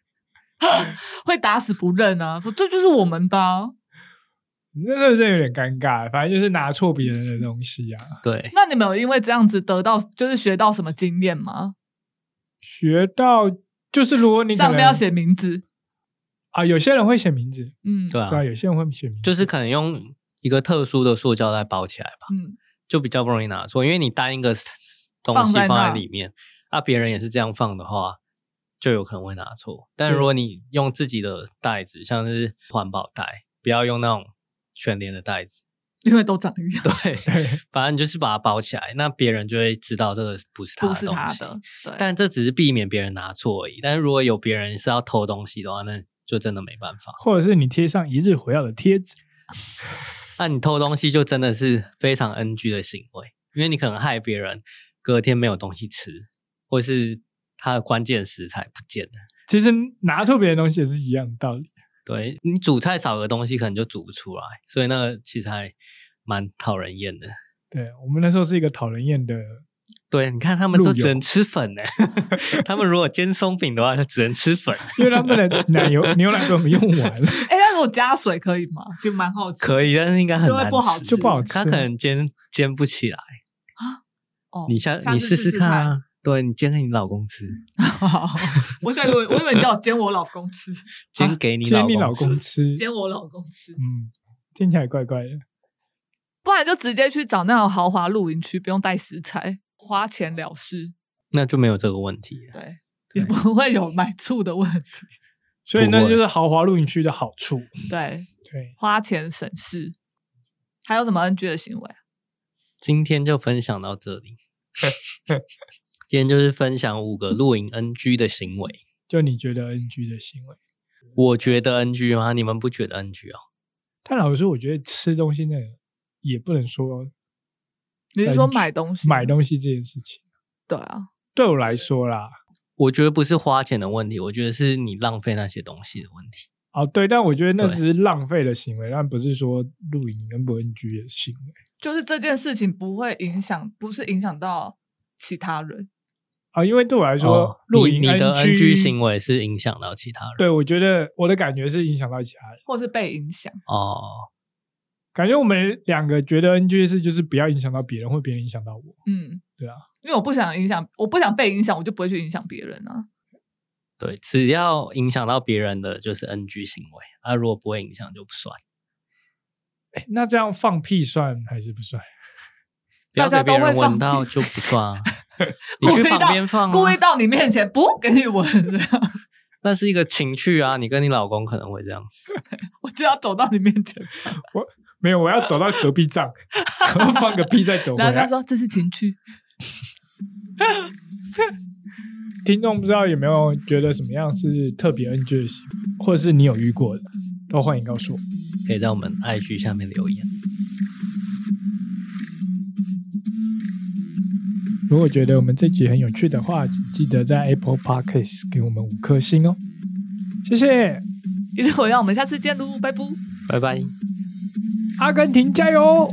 Speaker 1: 会打死不认啊！说这就是我们的啊、
Speaker 2: 那时候就有点尴尬，反正就是拿错别人的东西啊，
Speaker 3: 对，
Speaker 1: 那你们有因为这样子得到，就是学到什么经验吗？
Speaker 2: 学到就是如果你可
Speaker 1: 上
Speaker 2: 能
Speaker 1: 面要写名字，
Speaker 2: 啊，有些人会写名字，
Speaker 1: 嗯，
Speaker 3: 对啊
Speaker 2: 对、，啊，有些人会写名字，
Speaker 3: 就是可能用一个特殊的塑胶袋包起来吧，
Speaker 1: 嗯，
Speaker 3: 就比较不容易拿错，因为你单一个 s- 东西
Speaker 1: 放在
Speaker 3: 放
Speaker 1: 那
Speaker 3: 在里面，啊，别人也是这样放的话，就有可能会拿错。但
Speaker 2: 对
Speaker 3: 如果你用自己的袋子，像是环保袋，不要用那种全连的袋子， <laughs>
Speaker 1: 因为都长一样，
Speaker 3: 对，
Speaker 2: 对，
Speaker 3: 反正就是把它包起来，那别人就会知道这个不是他
Speaker 1: 不
Speaker 3: 的
Speaker 1: 是
Speaker 3: 东
Speaker 1: 他
Speaker 3: 西。
Speaker 1: 的。对，
Speaker 3: 但这只是避免别人拿错而已。但是如果有别人是要偷东西的话，那就真的没办法。
Speaker 2: 或者是你贴上一日火药的贴纸，
Speaker 3: 那你偷东西就真的是非常 NG 的行为，因为你可能害别人隔天没有东西吃，或是他的关键食材不见了。
Speaker 2: 其实拿错别人东西也是一样的道理。
Speaker 3: 对你煮菜少个东西，可能就煮不出来，所以那个其实还蛮讨人厌的。
Speaker 2: 对我们那时候是一个讨人厌的，
Speaker 3: 对，你看他们都
Speaker 2: 路由
Speaker 3: 只能吃粉呢、 <laughs> 他们如果煎松饼的话，就只能吃粉。
Speaker 2: 因为他们的奶
Speaker 3: <laughs>
Speaker 2: 油牛奶被我们用完了，
Speaker 1: 哎，但是我加水可以吗？就蛮好奇。
Speaker 3: 可以，但是应该很
Speaker 1: 就会
Speaker 3: 难
Speaker 1: 不好
Speaker 3: 吃
Speaker 1: 就
Speaker 2: 不好吃
Speaker 3: 他可能煎煎不起来。
Speaker 1: 哦
Speaker 3: 你下
Speaker 1: 下
Speaker 3: 你
Speaker 1: 次
Speaker 3: 试啊
Speaker 1: 试试
Speaker 3: 看
Speaker 1: 看
Speaker 3: 啊，对你煎给你老公吃，
Speaker 1: 好， <laughs> 我想以为我以为你叫我煎我老公
Speaker 3: <laughs>
Speaker 1: 吃，
Speaker 3: 煎给你
Speaker 2: 煎你老
Speaker 3: 老
Speaker 2: 公
Speaker 3: 公吃。
Speaker 2: 吃，
Speaker 1: 煎我老公吃，
Speaker 2: 嗯，听起来怪怪的。
Speaker 1: 不然就直接去找那种豪华露营区，不用带食材，花钱了事，
Speaker 3: 那就没有这个问题了。
Speaker 1: 对，
Speaker 3: 对
Speaker 1: 也不会有买醋的问题，
Speaker 2: 所以那
Speaker 3: 不会
Speaker 2: 就是豪华露营区的好处。
Speaker 1: 对，
Speaker 2: 对，
Speaker 1: 花钱省事。还有什么 NG 的行为？啊
Speaker 3: 今天就分享到这
Speaker 1: <laughs>
Speaker 3: 里，今天就是分享五个露营 NG 的行为，
Speaker 2: 就你觉得 NG 的行为，
Speaker 3: 我觉得 NG 吗？你们不觉得 NG 哦？
Speaker 2: 但老实说，我觉得吃东西那个也不能说
Speaker 1: 你是说
Speaker 2: NG
Speaker 1: 买东西？
Speaker 2: 买东西这件事情，
Speaker 1: 对啊，
Speaker 2: 对我来说啦，
Speaker 3: 我觉得不是花钱的问题，我觉得是你浪费那些东西的问题。
Speaker 2: 哦对，但我觉得那
Speaker 3: 对
Speaker 2: 只是浪费的行为，但不是说露营 N 不 NG 的行为
Speaker 1: 就是这件事情不会影响，不是影响到其他人。
Speaker 2: 啊，因为对我来说，
Speaker 3: 哦
Speaker 2: 露营
Speaker 3: 你你的
Speaker 2: NG
Speaker 3: NG 行为是影响到其他人
Speaker 2: 对，我觉得我的感觉是影响到其他人。
Speaker 1: 或是被影响，
Speaker 3: 哦。
Speaker 2: 感觉我们两个觉得 NG 的事就是不要影响到别人，或别人影响到我。
Speaker 1: 嗯，
Speaker 2: 对啊，
Speaker 1: 因为我不想影响，我不想被影响，我就不会去影响别人啊。
Speaker 3: 对，只要影响到别人的就是 NG 行为，啊，如果不会影响就不算。
Speaker 2: 哎，那这样放屁算还是不算？
Speaker 3: 不要
Speaker 1: 大
Speaker 3: 给
Speaker 1: 家都
Speaker 3: 别
Speaker 1: 会
Speaker 3: 人
Speaker 1: 放
Speaker 3: 闻到就不算
Speaker 1: <laughs>
Speaker 3: 啊。你去
Speaker 1: 故意
Speaker 3: 旁
Speaker 1: 到
Speaker 3: 边
Speaker 2: 嗯
Speaker 3: 放、
Speaker 1: 故
Speaker 3: 啊
Speaker 1: 意，到你面前不给你闻，这样
Speaker 3: 那是一个情趣啊。你跟你老公可能会这样子，
Speaker 1: 我就要走到你面前，
Speaker 2: 没有，我要走到隔壁站， <laughs> 然后放个屁再走回
Speaker 1: 然后他
Speaker 2: 来。
Speaker 1: 说这是情趣，
Speaker 2: 听众不知道有没有觉得什么样是特别 NG 的行为，或者是你有遇过的，都欢迎告诉我。
Speaker 3: 可以在我们 IG 下面留言。
Speaker 2: 如果觉得我们这集很有趣的话，请记得在 Apple Podcast 给我们五颗星哦，谢谢！
Speaker 1: 一定我要，我们下次见喽，拜拜。
Speaker 3: 拜拜。
Speaker 2: 哦阿根廷加油！